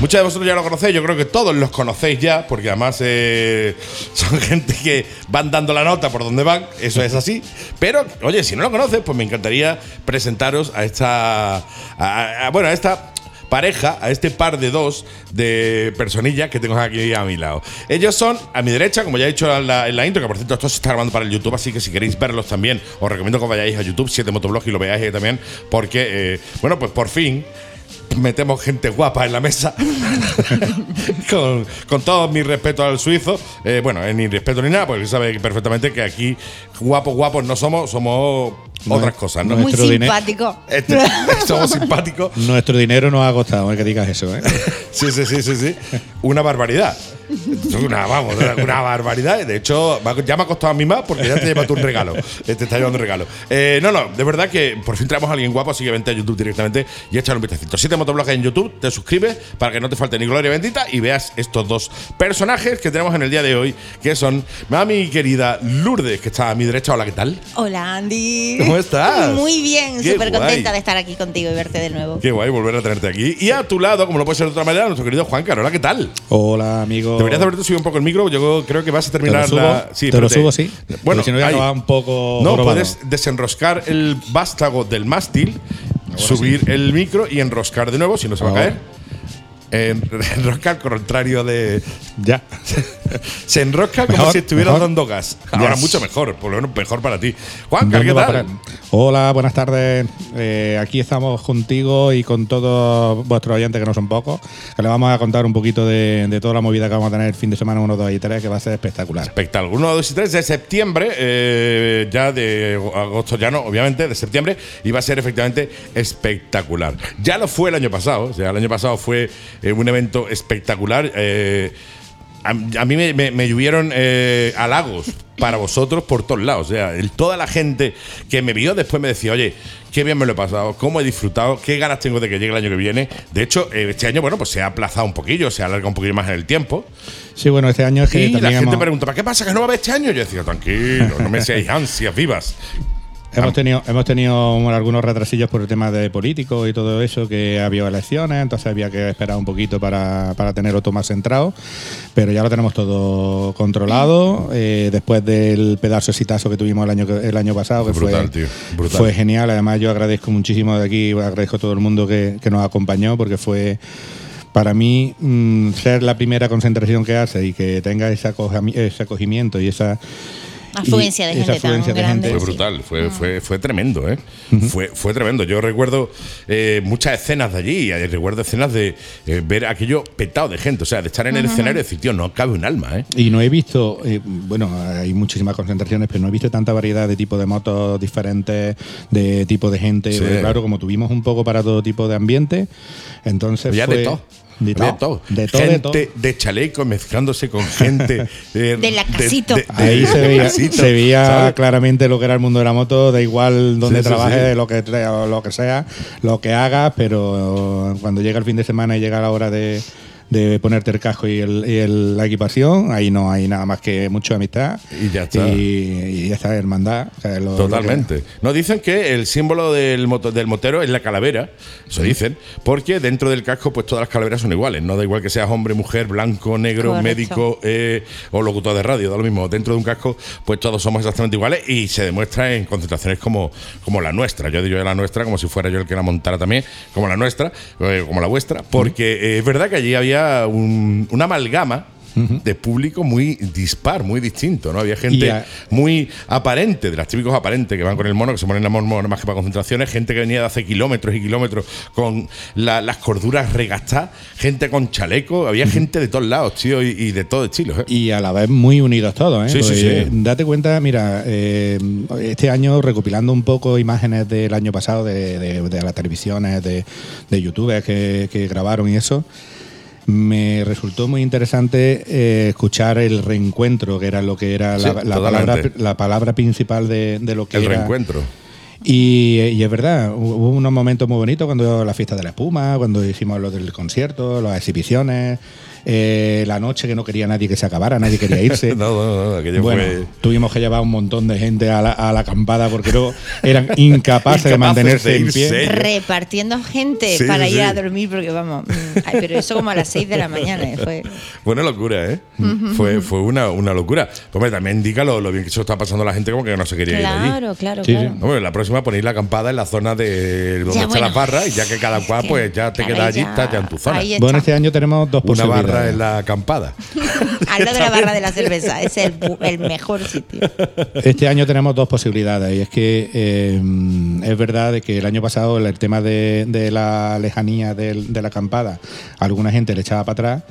H: Muchos de vosotros ya lo conocéis, yo creo que todos los conocéis ya, porque además eh, son gente que van dando la nota por donde van, eso es así. Pero, oye, si no lo conoces, pues me encantaría presentaros a esta. a- a- a- bueno, a esta pareja, a este par de dos de personillas que tengo aquí a mi lado. Ellos son, a mi derecha, como ya he dicho en la, en la intro, que por cierto esto se está grabando para el YouTube, así que si queréis verlos también, os recomiendo que vayáis a YouTube 7 Motoblog y lo veáis ahí también, porque, eh, bueno, pues por fin metemos gente guapa en la mesa. con, con todo mi respeto al suizo. Eh, bueno, eh, ni respeto ni nada, porque sabe perfectamente que aquí guapos, guapos no somos, somos otras cosas, ¿no?
N: Muy
J: Nuestro dinero.
N: simpático.
H: Este- somos simpáticos.
J: Nuestro dinero nos ha costado, eh, que digas eso, ¿eh?
H: Sí, sí, sí, sí, sí. Una barbaridad. Una, vamos, una barbaridad. De hecho, me ha- ya me ha costado a mí más porque ya te llevas tú un regalo. Eh, Te está llevando un regalo. Eh, no, no, de verdad que por fin traemos a alguien guapo, así que vente a YouTube directamente y échale un vistacito. Siete motoblogs en YouTube, te suscribes para que no te falte ni gloria bendita y veas estos dos personajes que tenemos en el día de hoy, que son mi querida Lourdes, que está a mi derecha. Hola, ¿qué tal?
N: Hola, Andy.
H: ¿Cómo estás?
N: Muy bien,
H: Qué
N: súper contenta
H: guay.
N: de estar aquí contigo y verte de nuevo.
H: Qué guay volver a tenerte aquí. Y a tu lado, como no puede ser de otra manera, nuestro querido Juan Carola, ¿qué tal?
J: Hola, amigo.
H: Deberías haberte subido un poco el micro. Yo creo que vas a
J: Te lo
H: terminar
J: subo,
H: la.
J: te lo
H: espérate.
J: subo, sí.
H: Bueno,
J: Porque si no, voy a
H: ahí.
J: acabar un poco.
H: No,
J: jorobado.
H: puedes desenroscar el vástago del mástil, subir el micro y enroscar de nuevo, si no se va a caer. En- enroscar contrario de.
J: Ya.
H: se enrosca como
J: Mejor,
H: si estuvieras
J: mejor.
H: dando gas. Ahora
J: Yes.
H: mucho mejor, por lo menos mejor para ti. Juanca,
J: ¿Dónde
H: ¿qué
J: va a
H: tal?
J: parar? Hola, buenas tardes. Eh, aquí estamos contigo y con todos vuestros oyentes, que no son pocos, que les vamos a contar un poquito de, de toda la movida que vamos a tener el fin de semana 1, 2 y 3, que va a ser espectacular.
H: Espectacular. 1, 2 y 3 de septiembre, eh, ya de agosto, ya no, obviamente, de septiembre, y va a ser efectivamente espectacular. Ya lo fue el año pasado, o sea, el año pasado fue eh, un evento espectacular. eh, a, a mí me, me- me llovieron eh, halagos para vosotros por todos lados. O sea, el- toda la gente que me vio después me decía, oye, qué bien me lo he pasado, cómo he disfrutado, qué ganas tengo de que llegue el año que viene. De hecho, eh, este año, bueno, pues se ha aplazado un poquillo, se alarga un poquillo más en el tiempo.
J: Sí, bueno, este año es que
H: Y la
J: también
H: gente
J: hemos,
H: pregunta, ¿para qué pasa que no va a haber este año? Yo decía, tranquilo, no me seáis ansias vivas.
J: hemos tenido, hemos tenido bueno, algunos retrasillos por el tema de políticos y todo eso, que ha habido elecciones, entonces había que esperar un poquito para, para tenerlo todo más centrado, pero ya lo tenemos todo controlado. eh, después del pedazo exitazo que tuvimos el año, que- el año pasado, que fue
H: Brutal, tío. Brutal.
J: Fue genial, además yo agradezco muchísimo de aquí, agradezco a todo el mundo que, que nos acompañó porque fue para mí mm, ser la primera concentración que hace y que tenga ese, acojami- ese acogimiento y esa...
N: Afluencia de
J: esa
N: gente tan
J: afluencia de
N: grande.
J: gente.
N: sí.
H: Fue
N: Ah.
H: brutal, fue, fue, fue tremendo, ¿eh? fue, fue tremendo. Yo recuerdo eh, muchas escenas de allí, eh, recuerdo escenas de eh, ver aquello petado de gente, o sea, de estar en el
N: Ujú.
H: escenario y decir, tío, no cabe un alma, ¿eh?
J: Y no he visto, eh, bueno, hay muchísimas concentraciones, pero no he visto tanta variedad de tipo de motos diferentes, de tipo de gente.
H: Sí.
J: porque claro, como tuvimos un poco para todo tipo de ambiente, entonces.
H: Había
J: fue-
H: de todo.
J: De
H: Había
J: todo.
H: todo.
J: De todo, de
H: gente
J: todo.
H: de, chaleco mezclándose con gente eh,
N: De la casito.
J: Ahí se
H: de
J: veía,
H: casito,
J: se veía
H: ¿sabes?
J: claramente lo que era el mundo de la moto, da igual donde
H: Sí, sí,
J: trabajes,
H: sí.
J: de lo que tra- o lo que sea, lo que hagas, pero cuando llega el fin de semana y llega la hora de, de ponerte el casco y, el, y el- la equipación, ahí no hay nada más que mucha amistad
H: Y ya está.
J: y, y ya está hermandad. o sea, lo- lo que-
H: Totalmente. Nos dicen que el símbolo del, moto- del motero es la calavera, eso dicen, porque dentro del casco pues todas las calaveras son iguales, no da igual que seas hombre, mujer, blanco, negro,
N: Correcto.
H: médico eh, o locutor de radio, da lo mismo. Dentro de un casco pues todos somos exactamente iguales y se demuestra en concentraciones como, como la nuestra. Yo digo la nuestra como si fuera yo el que la montara también, como la nuestra, eh, como la vuestra, porque eh, es verdad que allí había un- una amalgama de público muy dispar, muy distinto, ¿no? Había gente
J: a-
H: muy aparente, de las típicos aparentes que van con el mono, que se ponen a mono más que para concentraciones, gente que venía de hace kilómetros y kilómetros con la- las corduras regastadas, gente con chaleco, había gente de todos lados, tío, y, y de todo estilo. ¿eh?
J: Y a la vez muy unidos todos, ¿eh?
H: Sí, sí,
J: Porque,
H: sí.
J: Date cuenta, mira, eh, este año recopilando un poco imágenes del año pasado de, de- de las televisiones, de, de youtubers que, que grabaron y eso, me resultó muy interesante eh, escuchar el reencuentro, que era lo que era la,
H: Sí,
J: la palabra,
H: totalmente.
J: la palabra principal de, de lo que
H: El
J: era-
H: reencuentro.
J: y, y es verdad, hubo unos momentos muy bonitos cuando la fiesta de la espuma, cuando hicimos lo del concierto, las exhibiciones, eh, la noche que no quería nadie que se acabara, nadie quería irse.
H: no, no, no, aquello
J: bueno,
H: fue-
J: tuvimos que llevar un montón de gente a la, a la acampada porque no, eran incapaces de
H: Incapaces
J: mantenerse
H: de
J: en
H: irse.
J: pie.
N: Repartiendo gente
H: Sí,
N: para
H: sí,
N: ir a
H: sí.
N: dormir, porque vamos. mm, ay, pero eso como a las 6 de la mañana. eh, fue.
H: Buena locura, ¿eh? fue fue una, una locura. Hombre, también indica lo, lo bien que se lo está pasando la gente como que no se quería ir allí.
N: Claro, claro,
J: Sí, sí.
N: claro.
H: Hombre, la próxima ponéis la acampada en la zona de donde
N: Ya,
H: está
N: bueno.
H: la barra y ya que cada cual
N: que,
H: pues ya te
N: claro,
H: quedas allí,
N: ya-
H: estás ya en tu zona.
N: ahí
J: Bueno,
N: está.
J: este año tenemos dos
H: Una barra
J: posibilidades.
H: en la acampada.
N: Al lado de la barra de la cerveza. Es el, bu- el mejor sitio.
J: Este año tenemos dos posibilidades y es que eh, es verdad de que el año pasado el, el tema de, de la lejanía del- de la acampada, alguna gente le echaba para atrás,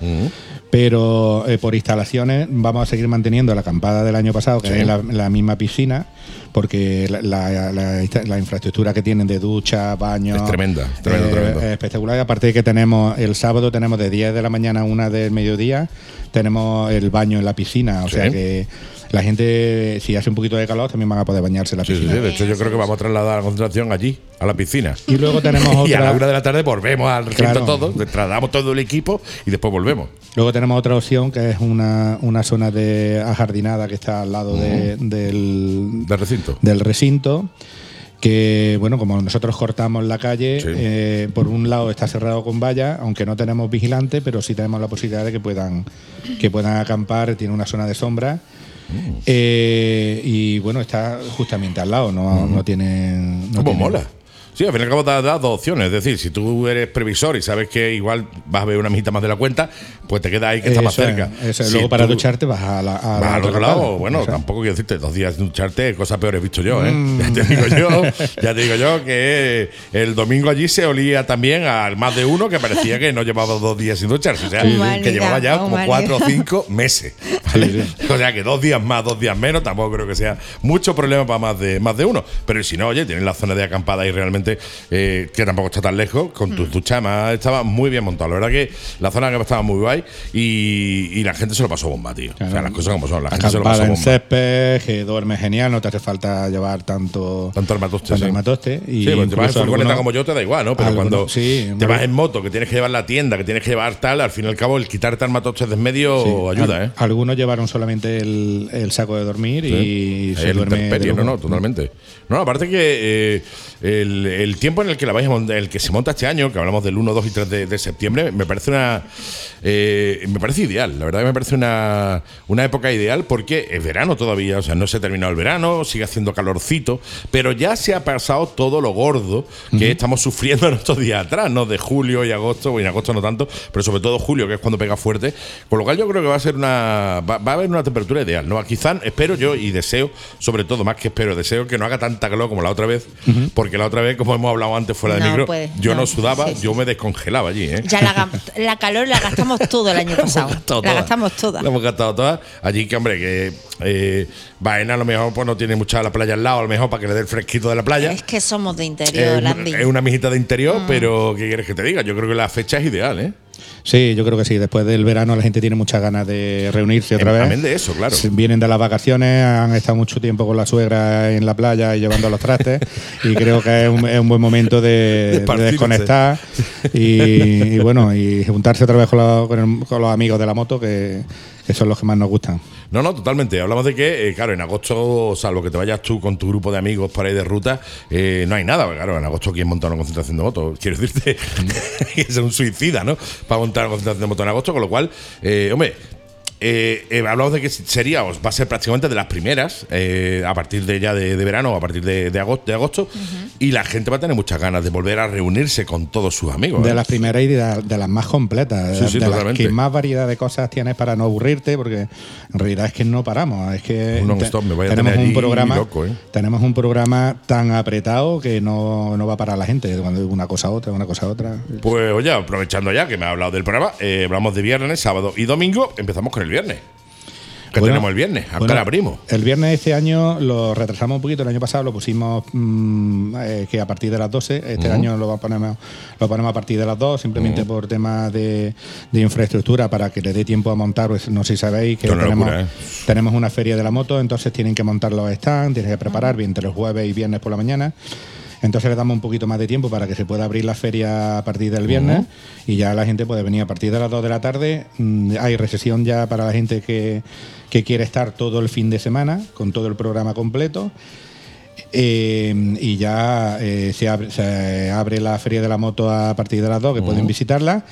J: pero eh, por instalaciones vamos a seguir manteniendo la acampada del año pasado, que
H: Sí.
J: es la, la misma piscina, porque la, la- la insta- la infraestructura que tienen de ducha, baño... eh,
H: Es tremenda, tremendo, tremendo.
J: es espectacular. Y Aparte de que tenemos el sábado, tenemos de 10 de la mañana a 1 del mediodía, tenemos el baño en la piscina, o
H: Sí.
J: sea que... La gente, si hace un poquito de calor, también van a poder bañarse en la
H: Sí, sí,
J: piscina.
H: sí. De hecho, yo creo que vamos a trasladar la concentración allí, a la piscina.
J: Y luego tenemos
H: Y a la una
J: otra,
H: de la tarde volvemos al recinto
J: Claro.
H: todos, trasladamos todo el equipo y después volvemos.
J: luego tenemos otra opción que es una, una zona de ajardinada que está al lado de- del,
H: Del recinto.
J: del recinto. Que bueno, como nosotros cortamos la calle,
H: Sí.
J: eh, por un lado está cerrado con valla, aunque no tenemos vigilante, pero sí tenemos la posibilidad de que puedan, que puedan acampar, tiene una zona de sombra.
H: Mm.
J: Eh, y bueno, está justamente al lado, no,
H: Mm.
J: no tiene. No
H: ¿Cómo
J: tiene-
H: Pues mola? Sí, al fin y al cabo te da dos opciones. Es decir, si tú eres previsor y sabes que igual vas a ver una mijita más de la cuenta, pues te quedas ahí que está más
J: Eso es,
H: cerca.
J: eso es.
H: Si
J: Luego para
H: tú
J: ducharte vas a la, a la
H: vas al
J: otra
H: otro lado,
J: campana.
H: bueno,
J: O sea,
H: tampoco quiero decirte dos días sin ducharte, cosas peores he visto yo, ¿eh?
J: Mm.
H: Ya te digo yo, ya te digo yo que el domingo allí se olía también al más de uno que parecía que no llevaba dos días sin ducharse, o sea,
N: Humanidad,
H: que llevaba ya como
N: humanidad.
H: cuatro o cinco meses, ¿vale? O sea, que dos días más, dos días menos, tampoco creo que sea mucho problema para más de más de uno, pero si no, oye, tienen la zona de acampada ahí realmente eh, que tampoco está tan lejos, con
J: Mm.
H: tus duchas, además estaba muy bien montado, la verdad que la zona que estaba muy guay y, y la gente se lo pasó bomba, tío. O sea,
J: Claro.
H: las cosas como son, la gente se lo pasó
J: Acampada en
H: bomba.
J: césped, que duerme genial, no te hace falta llevar tanto,
H: Tanto armatoste. sí.
J: tanto armatoste.
H: sí, cuando
J: Y
H: te vas en
J: incluso
H: furgoneta
J: algunos-
H: como yo te da igual, ¿no? Pero
J: algunos-
H: cuando
J: sí,
H: te vas
J: vale.
H: en moto, que tienes que llevar la tienda, que tienes que llevar tal, al fin y al cabo el quitarte armatostes de en medio
J: Sí.
H: ayuda,
J: Al-
H: ¿eh?
J: Algunos llevaron solamente el, el saco de dormir y
H: Ahí
J: se
H: el
J: duerme. de
H: intemperie, no,
J: lujo.
H: no, totalmente. No, aparte que eh, el, el tiempo en el que la vais a montar, el que se monta este año, que hablamos del 1, 2 y 3 de, de septiembre, me parece una eh, me parece ideal, la verdad que me parece una, una época ideal porque es verano todavía, o sea, no se ha terminado el verano, sigue haciendo calorcito, pero ya se ha pasado todo lo gordo que estamos sufriendo en estos días atrás, ¿no? De julio y agosto, bueno, en agosto no tanto, pero sobre todo julio, que es cuando pega fuerte, con lo cual yo creo que va a ser una va, va a haber una temperatura ideal, ¿no? Quizá espero yo y deseo, sobre todo más que espero, deseo que no haga tanta calor como la otra vez, porque la otra vez, como hemos hablado antes fuera de
N: No,
H: micro,
N: puede,
H: yo no,
N: no,
H: sudaba,
N: sí, sí.
H: yo me descongelaba allí, ¿eh?
N: Ya la, gam- la calor la gastamos todo el año pasado.
H: gastado
N: La
H: todas.
N: gastamos toda.
H: La hemos gastado todas. Allí que, hombre, que eh, Baena a lo mejor pues, no tiene mucha la playa al lado, a lo mejor para que le dé el fresquito de la playa.
N: Es que somos de
H: Eh,
N: interior, Andy.
H: es una mijita de interior, pero ¿qué quieres que te diga? Yo creo que la fecha es ideal, ¿eh?
J: Sí, yo creo que sí. Después del verano la gente tiene muchas ganas de reunirse otra vez.
H: Amén de eso, claro.
J: Se- Vienen de las vacaciones, han estado mucho tiempo con la suegra en la playa y llevando los trastes. y creo que es un, es un buen momento de,
H: De
J: de
H: partirse.
J: desconectar y, y bueno, y juntarse otra vez con, la- con el- con los amigos de la moto, que, que son los que más nos gustan.
H: No, no, totalmente. Hablamos de que, eh, claro, en agosto, salvo que te vayas tú con tu grupo de amigos por ahí de ruta, eh, no hay nada. porque, Claro, en agosto, ¿quién monta una concentración de motos? Quiero decirte, que es un suicida, ¿no? Para montar una concentración de motos en agosto, con lo cual, eh, hombre. eh, eh, hablamos de que sería, os va a ser prácticamente de las primeras, eh, a partir de ya de, de verano, a partir de, de agosto, de agosto y la gente va a tener muchas ganas de volver a reunirse con todos sus amigos.
J: De
H: ¿eh?
J: las primeras y de, la- de las más completas,
H: Sí,
J: de,
H: sí,
J: de las
H: totalmente.
J: que más variedad de cosas tienes para no aburrirte, porque en realidad es que no paramos, es que
H: Un
J: te-
H: non-stop, me vaya a
J: tenemos
H: tener
J: un
H: allí
J: programa,
H: loco, ¿eh?
J: tenemos un programa tan apretado que no, no va a parar la gente, cuando una cosa a otra, una cosa a otra.
H: Pues oye, aprovechando ya que me ha hablado del programa, eh, hablamos de viernes, sábado y domingo, empezamos con el viernes. Que
J: Bueno,
H: tenemos el viernes, ahora
J: Bueno,
H: abrimos.
J: El viernes de este año lo retrasamos un poquito. El año pasado lo pusimos mm, eh, que a partir de las 12. Este
H: Ujú.
J: año lo, va- ponemos, lo ponemos a partir de las 2, simplemente por temas de, de infraestructura para que le dé tiempo a montar. Pues, no sé si sabéis que
H: Esto es una
J: tenemos,
H: locura, ¿eh?
J: tenemos una feria de la moto, entonces tienen que montar los stands, tienen que preparar bien entre los jueves y viernes por la mañana. Entonces le damos un poquito más de tiempo para que se pueda abrir la feria a partir del viernes y ya la gente puede venir a partir de las 2 de la tarde. Mm, Hay recesión ya para la gente que, que quiere estar todo el fin de semana con todo el programa completo. Eh, y ya eh, se, abre, se abre la feria de la moto a partir de las 2 que pueden visitarla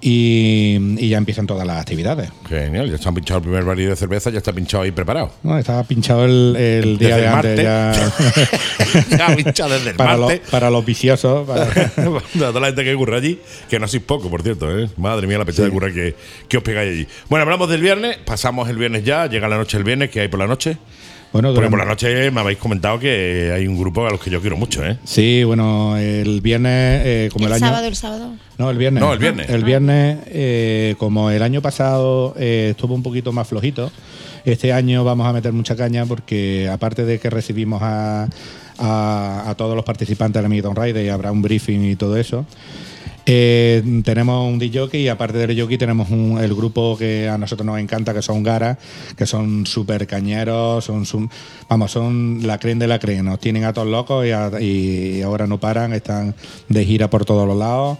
J: y, y ya empiezan todas las actividades.
H: Genial, ya está pinchado el primer barril de cerveza, ya está pinchado ahí preparado.
J: No, estaba pinchado el, el día
H: Desde
J: de
H: el
J: antes ya.
H: Ya ha pinchado desde el
J: para, lo-
H: martes.
J: para los viciosos. para-
H: Para toda la gente que curra allí, que no sois poco, por cierto, ¿eh? Madre mía, la pechada de curra que, que os pegáis allí. Bueno, hablamos del viernes, pasamos el viernes ya, llega la noche el viernes, ¿qué hay por la noche?
J: Bueno,
H: Porque
J: durante-
H: por la noche me habéis comentado que hay un grupo a los que yo quiero mucho, ¿eh?
J: Sí, bueno, el viernes, eh, como el,
N: El
J: año.
N: sábado, el sábado.
J: No, el viernes.
H: No, el viernes.
J: El viernes, eh, como el año pasado eh, estuvo un poquito más flojito, este año vamos a meter mucha caña porque aparte de que recibimos a, a- a todos los participantes de la Marathon Rider y habrá un briefing y todo eso. eh, tenemos un DJ y aparte del jockey tenemos un- el grupo que a nosotros nos encanta que son Gara que son súper cañeros son, sum- vamos son la creen de la creen nos tienen a todos locos y, a- y ahora no paran están de gira por todos los lados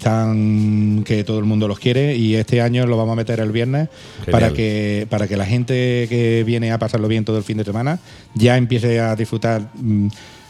J: están que todo el mundo los quiere y este año lo vamos a meter el viernes
H: Genial.
J: para que para que la gente que viene a pasarlo bien todo el fin de semana ya empiece a disfrutar mm,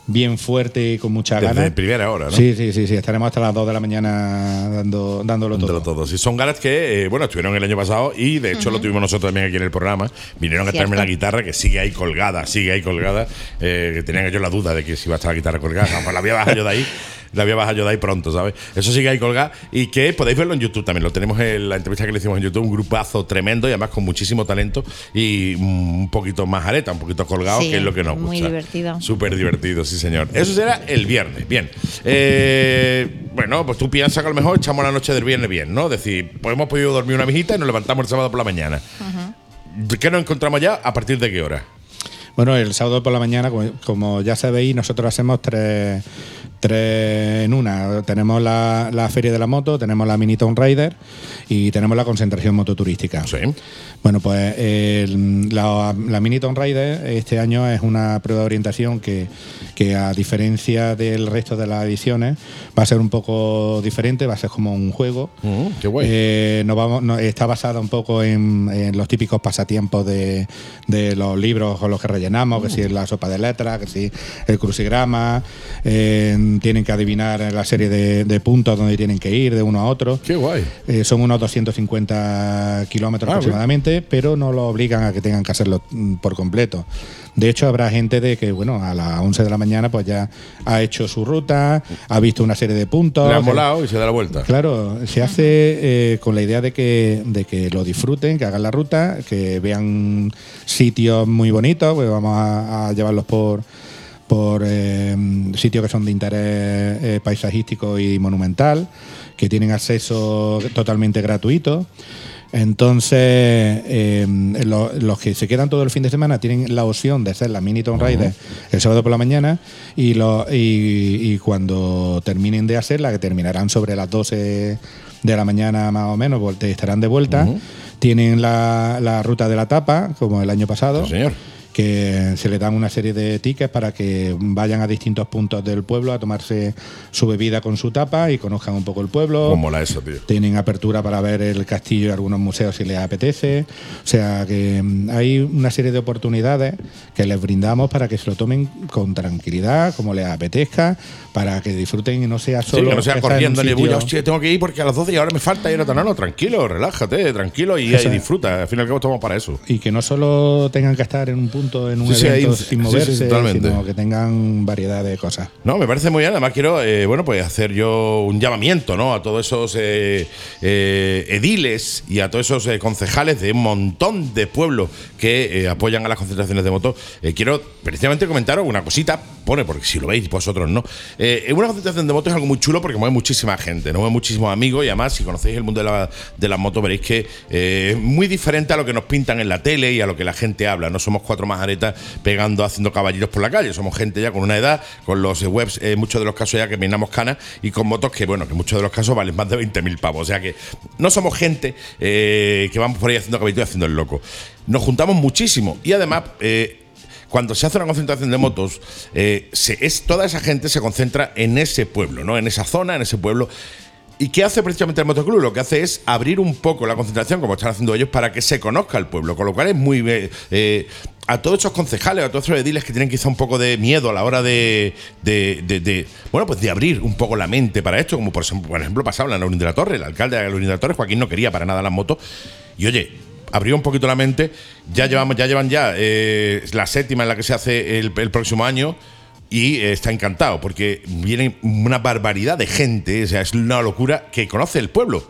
J: bien fuerte y con mucha
H: Desde
J: ganas.
H: primera hora, ¿no?
J: Sí, sí, sí, sí, estaremos hasta las 2 de la mañana dando dándolo todo.
H: Entre todos. Y son galas que, eh, bueno, estuvieron el año pasado y de hecho lo tuvimos nosotros también aquí en el programa. Vinieron a
N: Cierto.
H: traerme la guitarra que sigue ahí colgada, sigue ahí colgada. Eh, que tenían yo la duda de que si iba a estar la guitarra colgada. Pues la voy a bajar yo de ahí. La voy a bajar yo de ahí pronto, ¿sabes? Eso sigue ahí colgada y que podéis verlo en YouTube también. Lo tenemos en la entrevista que le hicimos en YouTube, un grupazo tremendo y además con muchísimo talento y mm, un poquito más areta, un poquito colgado,
N: Sí,
H: que es lo que nos gusta.
N: muy divertido.
H: Súper divertido, sí, señor. Eso será el viernes. Bien. Eh, bueno, pues tú piensas que a lo mejor echamos la noche del viernes bien, ¿no? Decir, pues hemos podido dormir una visita y nos levantamos el sábado por la mañana. ¿Qué nos encontramos ya? ¿A partir de qué hora?
J: Bueno, el sábado por la mañana, como, como ya sabéis, nosotros hacemos tres, tres Eh, en una. Tenemos la, la Feria de la Moto, tenemos la Mini Town Rider y tenemos la concentración mototurística.
H: Sí.
J: Bueno, pues el- la, la Mini Town Rider este año es una prueba de orientación que, que a diferencia del resto de las ediciones va a ser un poco diferente, va a ser como un juego.
H: Mm, qué guay.
J: Eh, nos vamos- no- está basada un poco en, en los típicos pasatiempos de, de los libros con los que rellenamos, que si es la sopa de letras, que si el crucigrama, eh, tienen que adivinar la serie de, de puntos donde tienen que ir de uno a otro.
H: Qué guay.
J: Eh, son unos 250 kilómetros
H: Ah,
J: aproximadamente, pero no lo obligan a que tengan que hacerlo mm, por completo. De hecho, habrá gente de que, bueno, a las 11 de la mañana pues ya ha hecho su ruta, ha visto una serie de puntos.
H: Le han
J: eh,
H: volado y se da la vuelta.
J: Claro, se hace eh, con la idea de que, de que lo disfruten, que hagan la ruta, que vean sitios muy bonitos, pues vamos a, a llevarlos por por eh, sitios que son de interés eh, paisajístico y monumental, que tienen acceso totalmente gratuito. Entonces, eh, lo- los que se quedan todo el fin de semana tienen la opción de hacer la mini Tomb Raider el sábado por la mañana y, lo, y, y cuando terminen de hacerla, que terminarán sobre las 12 de la mañana más o menos, volte- estarán de vuelta. Tienen la, la ruta de la tapa, como el año pasado. Que se le dan una serie de tickets para que vayan a distintos puntos del pueblo a tomarse su bebida con su tapa y conozcan un poco el pueblo.
H: ¿Cómo mola eso, tío?
J: Tienen apertura para ver el castillo y algunos museos si les apetece. O sea que mm, hay una serie de oportunidades que les brindamos para que se lo tomen con tranquilidad, como les apetezca, para que disfruten y no sea
H: Sí,
J: solo.
H: que no sea
J: estar en un
H: corriendo ni
J: sitio-
H: bulla. Hostia, tengo que ir porque a las 12 y ahora me falta ir a Tanano. Tranquilo, relájate, tranquilo y,
J: Eso
H: y
J: es.
H: disfruta. Al fin y al cabo estamos para eso.
J: Y que no solo tengan que estar en un punto, en un
H: Sí, sí,
J: evento
H: ahí-
J: sin
H: sí, sí,
J: moverse,
H: totalmente.
J: sino que tengan variedad de cosas.
H: No, me parece muy bien. Además, quiero eh, bueno, pues hacer yo un llamamiento ¿no? a todos esos eh, eh, ediles y a todos esos eh, concejales de un montón de pueblos que eh, apoyan a las concentraciones de motos. Eh, quiero precisamente comentaros una cosita, pone, porque si lo veis vosotros no. Eh, una concentración de motos es algo muy chulo porque mueve muchísima gente, ¿no? mueve muchísimos amigos y además, si conocéis el mundo de, la- de las motos, veréis que eh, es muy diferente a lo que nos pintan en la tele y a lo que la gente habla. No somos cuatro majaretas pegando, haciendo caballeros por la calle. Somos gente ya con una edad, con los eh, webs, en muchos de los casos ya que peinamos canas y con motos que, bueno, que en muchos de los casos valen más de 20.000 pavos. O sea que no somos gente eh, que vamos por ahí haciendo caballitos y haciendo el loco. Nos juntamos muchísimo y además. eh, cuando se hace una concentración de motos, eh, se- es, toda esa gente se concentra en ese pueblo, ¿no? En esa zona, en ese pueblo. ¿Y qué hace precisamente el motoclub? Lo que hace es abrir un poco la concentración, como están haciendo ellos, para que se conozca el pueblo. Con lo cual es muy. eh, eh, a todos esos concejales, a todos esos ediles que tienen quizá un poco de miedo a la hora de, de- de- de- Bueno, pues de abrir un poco la mente para esto, como por ejemplo, por ejemplo pasaba en la Unión de la Torre. El alcalde de la Unión de la Torre, Joaquín, no quería para nada las motos. Y oye, abrió un poquito la mente. Ya llevamos, ya llevan ya eh, la séptima en la que se hace el, el próximo año. Y eh, está encantado porque viene una barbaridad de gente, o sea, es una locura que conoce el pueblo.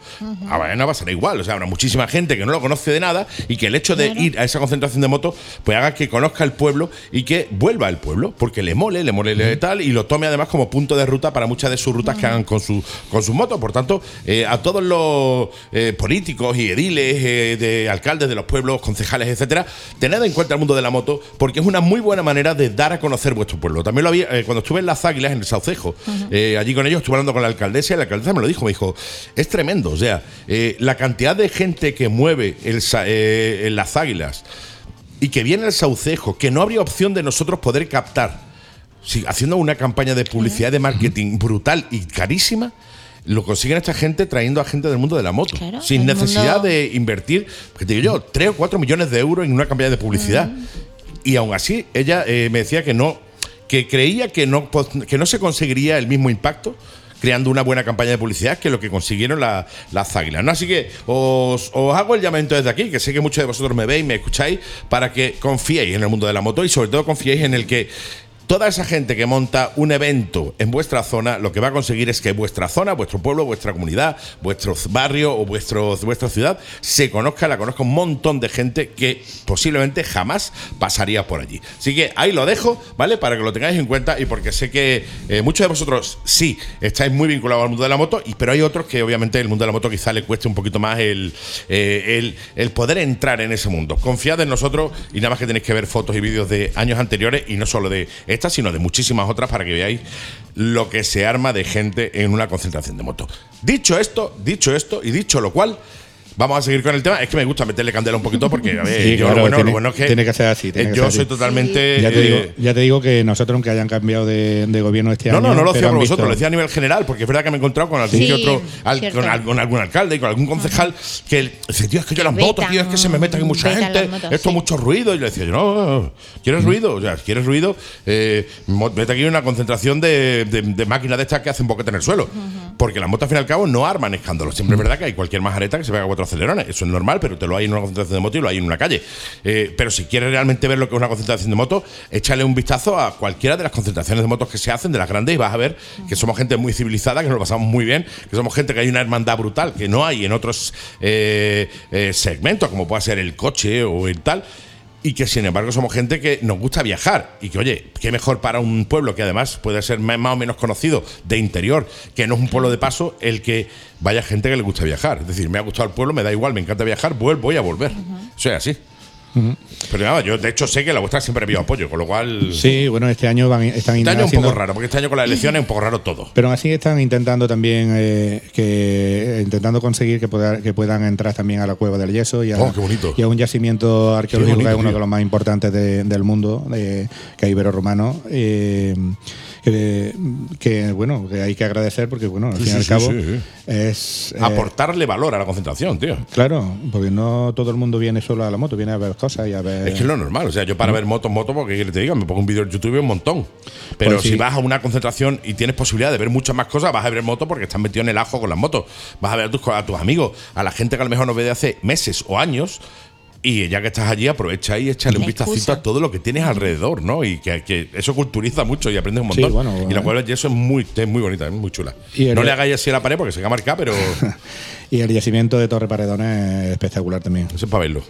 H: A Baena pasará igual, o sea, habrá muchísima gente que no lo conoce de nada y que el hecho de ir a esa concentración de motos, pues haga que conozca el pueblo y que vuelva al pueblo, porque le mole, le mole le tal, y lo tome además como punto de ruta para muchas de sus rutas que hagan con, su, con sus motos. Por tanto, eh, a todos los eh, políticos y ediles, eh, de alcaldes de los pueblos, concejales, etcétera, tened en cuenta el mundo de la moto, porque es una muy buena manera de dar a conocer vuestro pueblo. También lo había, eh, cuando estuve en Las Águilas, en el Saucejo, eh, allí con ellos, estuve hablando con la alcaldesa y la alcaldesa me lo dijo, me dijo, es tremendo, o sea, eh, la cantidad de gente que mueve el, sa- eh, en Las Águilas y que viene el Saucejo, que no habría opción de nosotros poder captar. Sí, haciendo una campaña de publicidad y de marketing brutal y carísima, lo consiguen esta gente trayendo a gente del mundo de la moto. sin
N: el
H: necesidad
N: mundo-
H: de invertir, que te digo yo, 3 o 4 millones de euros en una campaña de publicidad. Y aún así, ella eh, me decía que no, que creía que no, pos- que no se conseguiría el mismo impacto creando una buena campaña de publicidad que lo que consiguieron la- las águilas. ¿no? Así que os, os hago el llamamiento desde aquí, que sé que muchos de vosotros me veis, me escucháis, para que confiéis en el mundo de la moto y sobre todo confiéis en el que Toda esa gente que monta un evento en vuestra zona, lo que va a conseguir es que vuestra zona, vuestro pueblo, vuestra comunidad, vuestro barrio o vuestro, vuestra ciudad se conozca, la conozca un montón de gente que posiblemente jamás pasaría por allí. Así que ahí lo dejo, ¿vale? Para que lo tengáis en cuenta y porque sé que eh, muchos de vosotros sí estáis muy vinculados al mundo de la moto, y- pero hay otros que obviamente el mundo de la moto quizá le cueste un poquito más el, eh, el, el poder entrar en ese mundo. Confiad en nosotros y nada más que tenéis que ver fotos y vídeos de años anteriores y no solo de estas, sino de muchísimas otras para que veáis lo que se arma de gente en una concentración de moto. Dicho esto, dicho esto y dicho lo cual, vamos a seguir con el tema. Es que me gusta meterle candela un poquito porque, a ver,
J: Sí,
H: yo
J: claro,
H: lo, bueno,
J: tiene-
H: lo bueno es que,
J: tiene que ser así, tiene
H: eh,
J: que
H: yo
J: ser así.
H: soy totalmente...
J: Ya te, digo,
H: eh,
J: ya te digo que nosotros, aunque hayan cambiado de, de gobierno este
H: no,
J: año.
H: no, no lo
J: pero
H: decía por
J: han
H: vosotros,
J: visto-
H: lo decía a nivel general, porque es verdad que me he encontrado con algún,
J: Sí,
H: que otro, al-
J: cierto.
H: con, al- con algún alcalde y con algún concejal que el- dice, tío, es que yo las
J: vetan,
H: motos, tío, es que se me meten aquí mucha
J: vetan
H: gente,
J: las motos,
H: esto es mucho ruido. Y le decía yo, no, ¿quieres ruido? O sea, ¿quieres ruido? Eh, mo- vete aquí una concentración de, de- de máquinas de estas que hacen boquete en el suelo. Porque las motos, al fin y al cabo, no arman escándalos. Siempre es verdad que hay cualquier majareta que se pega cuatro acelerones. Eso es normal, pero te lo hay en una concentración de moto y lo hay en una calle. Eh, pero si quieres realmente ver lo que es una concentración de moto, échale un vistazo a cualquiera de las concentraciones de motos que se hacen, de las grandes, y vas a ver que somos gente muy civilizada, que nos lo pasamos muy bien, que somos gente que hay una hermandad brutal, que no hay en otros eh, eh, segmentos, como pueda ser el coche o el tal y que sin embargo somos gente que nos gusta viajar y que oye, qué mejor para un pueblo que además puede ser más más o menos conocido de interior, que no es un pueblo de paso, el que vaya gente que le gusta viajar. Es decir, me ha gustado el pueblo, me da igual, me encanta viajar, vuelvo, voy a volver. Eso es así. Pero nada, yo de hecho sé que la vuestra siempre ha habido apoyo, con lo cual...
J: Sí, bueno, este año van, están
H: Este año es un
J: haciendo-
H: poco raro, porque este año con las elecciones es un poco raro todo.
J: Pero aún así están intentando también eh, que intentando conseguir que, pueda- que puedan entrar también a la cueva del yeso y a,
H: Oh, qué bonito.
J: y a un yacimiento arqueológico
H: Qué bonito,
J: que es uno
H: tío.
J: de los más importantes de- del mundo, eh, que es ibero-romano. eh, que, que, bueno, que hay que agradecer porque bueno, al
H: Sí,
J: fin y
H: sí,
J: al
H: sí,
J: cabo
H: sí. Ah,
J: es eh,
H: Aportarle valor a la concentración, tío.
J: Claro, porque no todo el mundo viene solo a la moto, viene a ver cosas y a ver.
H: Es que es lo normal. O sea,
J: Mm.
H: yo para ver motos, motos, porque que te diga, me pongo un vídeo en YouTube y un montón. Pero
J: Pues sí.
H: si vas a una concentración y tienes posibilidad de ver muchas más cosas, vas a ver motos porque estás metido en el ajo con las motos. Vas a ver a tus, a tus amigos, a la gente que a lo mejor no ve de hace meses o años. Y ya que estás allí, aprovecha y échale un
J: La excusa.
H: vistacito a todo lo que tienes alrededor, ¿no? Y que, que eso culturiza mucho y aprendes un
J: Sí,
H: montón.
J: bueno,
H: y la
J: bueno.
H: cual eso es muy, es muy bonita, es muy chula.
J: Y el-
H: no le hagáis así a la pared porque se va a marcar, pero
J: Y el yacimiento de Torre Paredones es espectacular también.
H: eso es para verlo.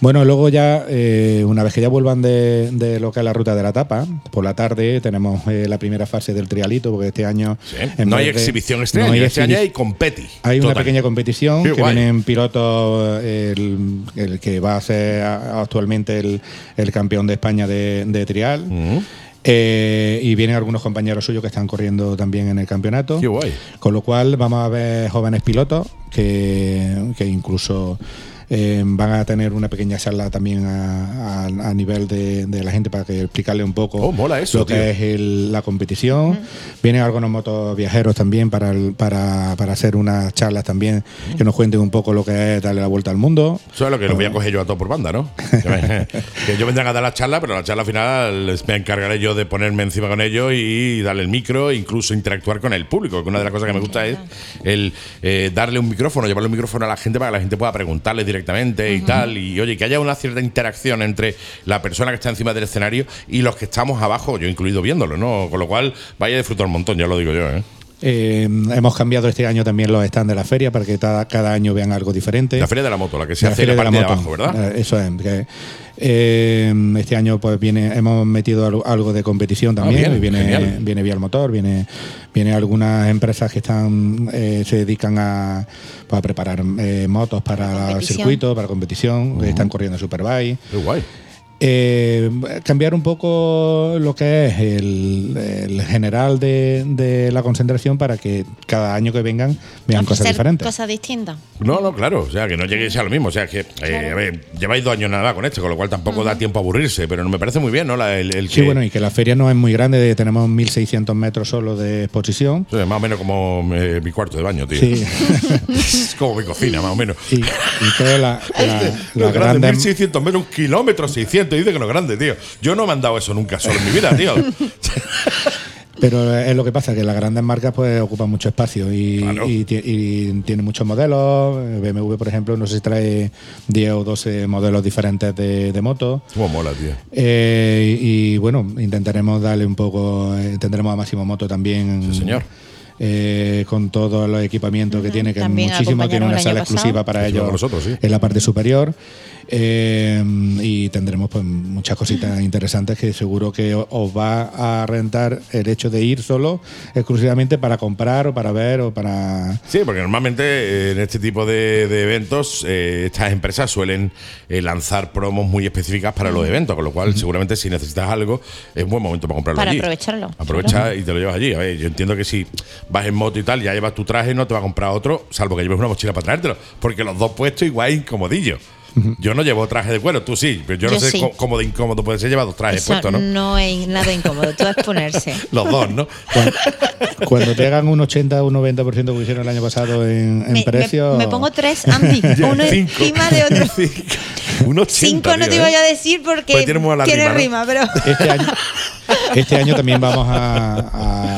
J: Bueno, luego ya, eh, una vez que ya vuelvan de, de lo que es la ruta de la tapa, por la tarde tenemos eh, la primera fase del trialito, porque este año... en
H: No
J: vez
H: hay
J: de-
H: exhibición este
J: no
H: año. este año
J: exhibi-
H: hay competi.
J: hay una
H: Total.
J: pequeña competición
H: Qué
J: que
H: guay.
J: vienen pilotos, eh, el, el que va a ser a- actualmente el, el campeón de España de, de trial.
H: Mm.
J: Eh, y vienen algunos compañeros suyos que están corriendo también en el campeonato.
H: Qué guay.
J: Con lo cual vamos a ver jóvenes pilotos que, que incluso eh, van a tener una pequeña charla también a, a- a nivel de, de la gente para que explicarle un poco
H: Oh, mola eso,
J: lo que
H: tío.
J: es el- la competición. Vienen algunos motos viajeros también para, el- para, para hacer unas charlas también que nos cuenten un poco lo que es darle la vuelta al mundo.
H: Eso es lo que
J: Ah.
H: lo voy a coger yo a todo por banda, ¿no? que yo vendrán a dar la charla, pero la charla al final me encargaré yo de ponerme encima con ellos y darle el micro, e incluso interactuar con el público. Que una de las cosas que me gusta es el eh, darle un micrófono, llevarle un micrófono a la gente para que la gente pueda preguntarle directamente y tal. Y oye, que haya una cierta interacción entre la persona que está encima del escenario y los que estamos abajo, yo incluido viéndolo, ¿no? Con lo cual, vaya a disfrutar un montón, ya lo digo yo, ¿eh?
J: Eh, hemos cambiado este año también los stands de la feria para que ta- cada año vean algo diferente.
H: La feria de la moto, la que se
J: La
H: hace en la
J: Feria
H: parte de,
J: Moto.
H: abajo, ¿verdad?
J: Eh, Eso es. que, eh, este año pues viene, hemos metido al- algo de competición también.
H: Ah, bien,
J: viene,
H: genial.
J: viene Vial Motor, viene, viene algunas empresas que están eh, se dedican a, pues, a preparar eh, motos para el
E: competición.
J: circuito, para competición, que están corriendo Superbike.
H: Qué guay.
J: Eh, cambiar un poco lo que es el, el general de, de la concentración para que cada año que vengan vean cosas
N: Hacer
J: diferentes.
N: Cosas distintas.
H: No, no, claro, o sea, que no lleguéis a lo mismo. O sea, que eh, a ver, lleváis dos años nada con esto, con lo cual tampoco da tiempo a aburrirse, pero me parece muy bien, ¿no? La- el, el
J: Sí,
H: que-
J: bueno, y que la feria no es muy grande, de- tenemos 1.600 metros solo de exposición.
H: Sí, más o menos como eh, mi cuarto de baño, tío.
J: Sí.
H: es como mi cocina, más o menos. Este,
J: Y, y creo la, la-
H: Lo
J: la
H: grande,
J: grande-
H: 1600 metros, un kilómetro 600, dice que no es grande, tío. Yo no me han dado eso nunca solo en mi vida, tío.
J: pero es lo que pasa, que las grandes marcas pues ocupan mucho espacio y, y ti- y tienen muchos modelos. BMW, por ejemplo, no sé si trae 10 o 12 modelos diferentes de, de moto.
H: Cómo mola, tío.
J: Eh, y bueno, intentaremos darle un poco, eh, tendremos a Máximo Moto también.
H: señor.
J: eh, con todos los equipamientos que tiene, que es
N: también
J: muchísimo, tiene
N: acompañaron el
J: una
N: año
J: sala
N: pasado.
J: exclusiva para
H: Estuvo
J: ellos
H: con nosotros, sí.
J: en la parte superior. Eh, y tendremos pues muchas cositas interesantes que seguro que o- os va a rentar el hecho de ir solo exclusivamente para comprar o para ver o para
H: Sí, porque normalmente eh, en este tipo de, de eventos eh, estas empresas suelen eh, lanzar promos muy específicas para los eventos, con lo cual seguramente si necesitas algo es buen momento para comprarlo
N: Para
H: allí.
N: aprovecharlo.
H: Aprovecha
N: Claro.
H: y te lo llevas allí. A ver, yo entiendo que si vas en moto y tal, ya llevas tu traje, no te va a comprar otro, salvo que lleves una mochila para traértelo, porque los dos puestos igual es incomodillo. Yo no llevo traje de cuero, tú sí, pero yo, no
N: Yo
H: sé
N: sí.
H: co- cómo de incómodo puede ser llevar dos trajes
N: Eso
H: puestos,
N: ¿no?
H: ¿no?
N: es nada incómodo, todo es ponerse.
H: Los dos, ¿no?
J: cuando te hagan un 80 o un 90% que hicieron el año pasado en,
N: Me,
J: en
N: me-
J: precio.
N: me pongo tres, Andy,
H: Ya,
N: uno
H: cinco.
N: encima de otro.
H: Un 80,
N: Cinco no
H: tío,
N: te
H: ¿eh?
N: voy a decir porque
H: Pues tiene muy mala
N: tiene rima,
H: rima,
N: pero
J: Este año, este año también vamos a, a-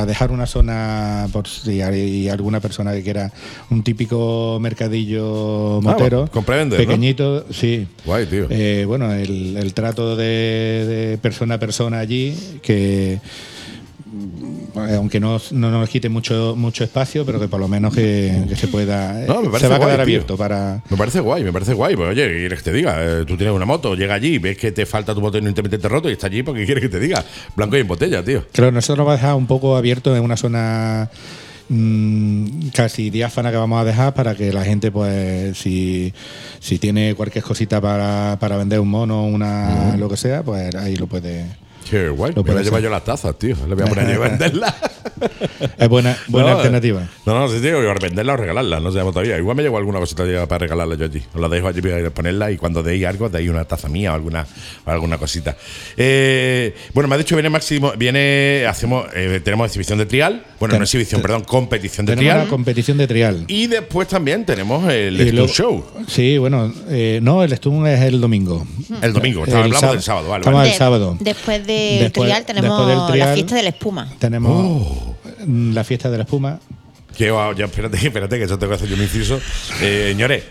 J: a dejar una zona por si hay alguna persona que quiera un típico mercadillo
H: Ah,
J: motero.
H: bueno, compra y vende, ¿no?
J: pequeñito, sí.
H: Guay, tío.
J: Eh, bueno, el, el trato de, de persona a persona allí, que eh, aunque no, no nos quite mucho, mucho espacio, pero que por lo menos que, que se pueda. eh,
H: No, me parece
J: se va a quedar
H: guay, tío.
J: abierto para.
H: Me parece guay, me parece guay. Pues, oye, ¿qué quieres que te diga? Eh, tú tienes una moto, llega allí, ves que te falta tu moto en un intermitente roto y está allí porque quieres que te diga. Blanco y en botella, tío.
J: Claro, nosotros lo vamos a dejar un poco abierto en una zona mm, casi diáfana que vamos a dejar para que la gente, pues, si, si tiene cualquier cosita para, para vender un mono, una lo que sea, pues ahí lo puede.
H: Qué guay.
J: Lo
H: Me voy a
J: puedes
H: llevar
J: hacer.
H: yo las tazas, tío. Le voy a poner yo a venderlas.
J: Es buena, buena
H: No,
J: alternativa.
H: No, no, sí, tío, yo venderla o regalarla, no sabemos todavía. Igual me llevo alguna cosita ya para regalarla yo allí. Os la dejo allí para ponerla y cuando deis algo, deis una taza mía o alguna, alguna cosita. Eh, bueno, me ha dicho viene Máximo, viene, hacemos, eh, tenemos exhibición de trial. Bueno, no exhibición, perdón, competición de
J: Tenemos la
H: trial.
J: competición de trial.
H: y después también tenemos el
J: Y
H: Stun
J: luego-
H: Show.
J: Sí, bueno, eh, no, el Stun es el domingo.
H: El domingo,
J: Mm. El
H: estaba- hablamos
J: sábado.
H: del sábado, vale.
J: Estamos
H: vale.
J: el sábado.
N: Eh, Después del
J: Después-
N: trial tenemos
J: después del
N: la
J: trial-
N: fiesta de la espuma.
J: Tenemos
H: Oh.
J: mm, la fiesta de la espuma.
H: Que, va- ya, espérate, espérate, que eso tengo que hacer yo un inciso. Eh, señores,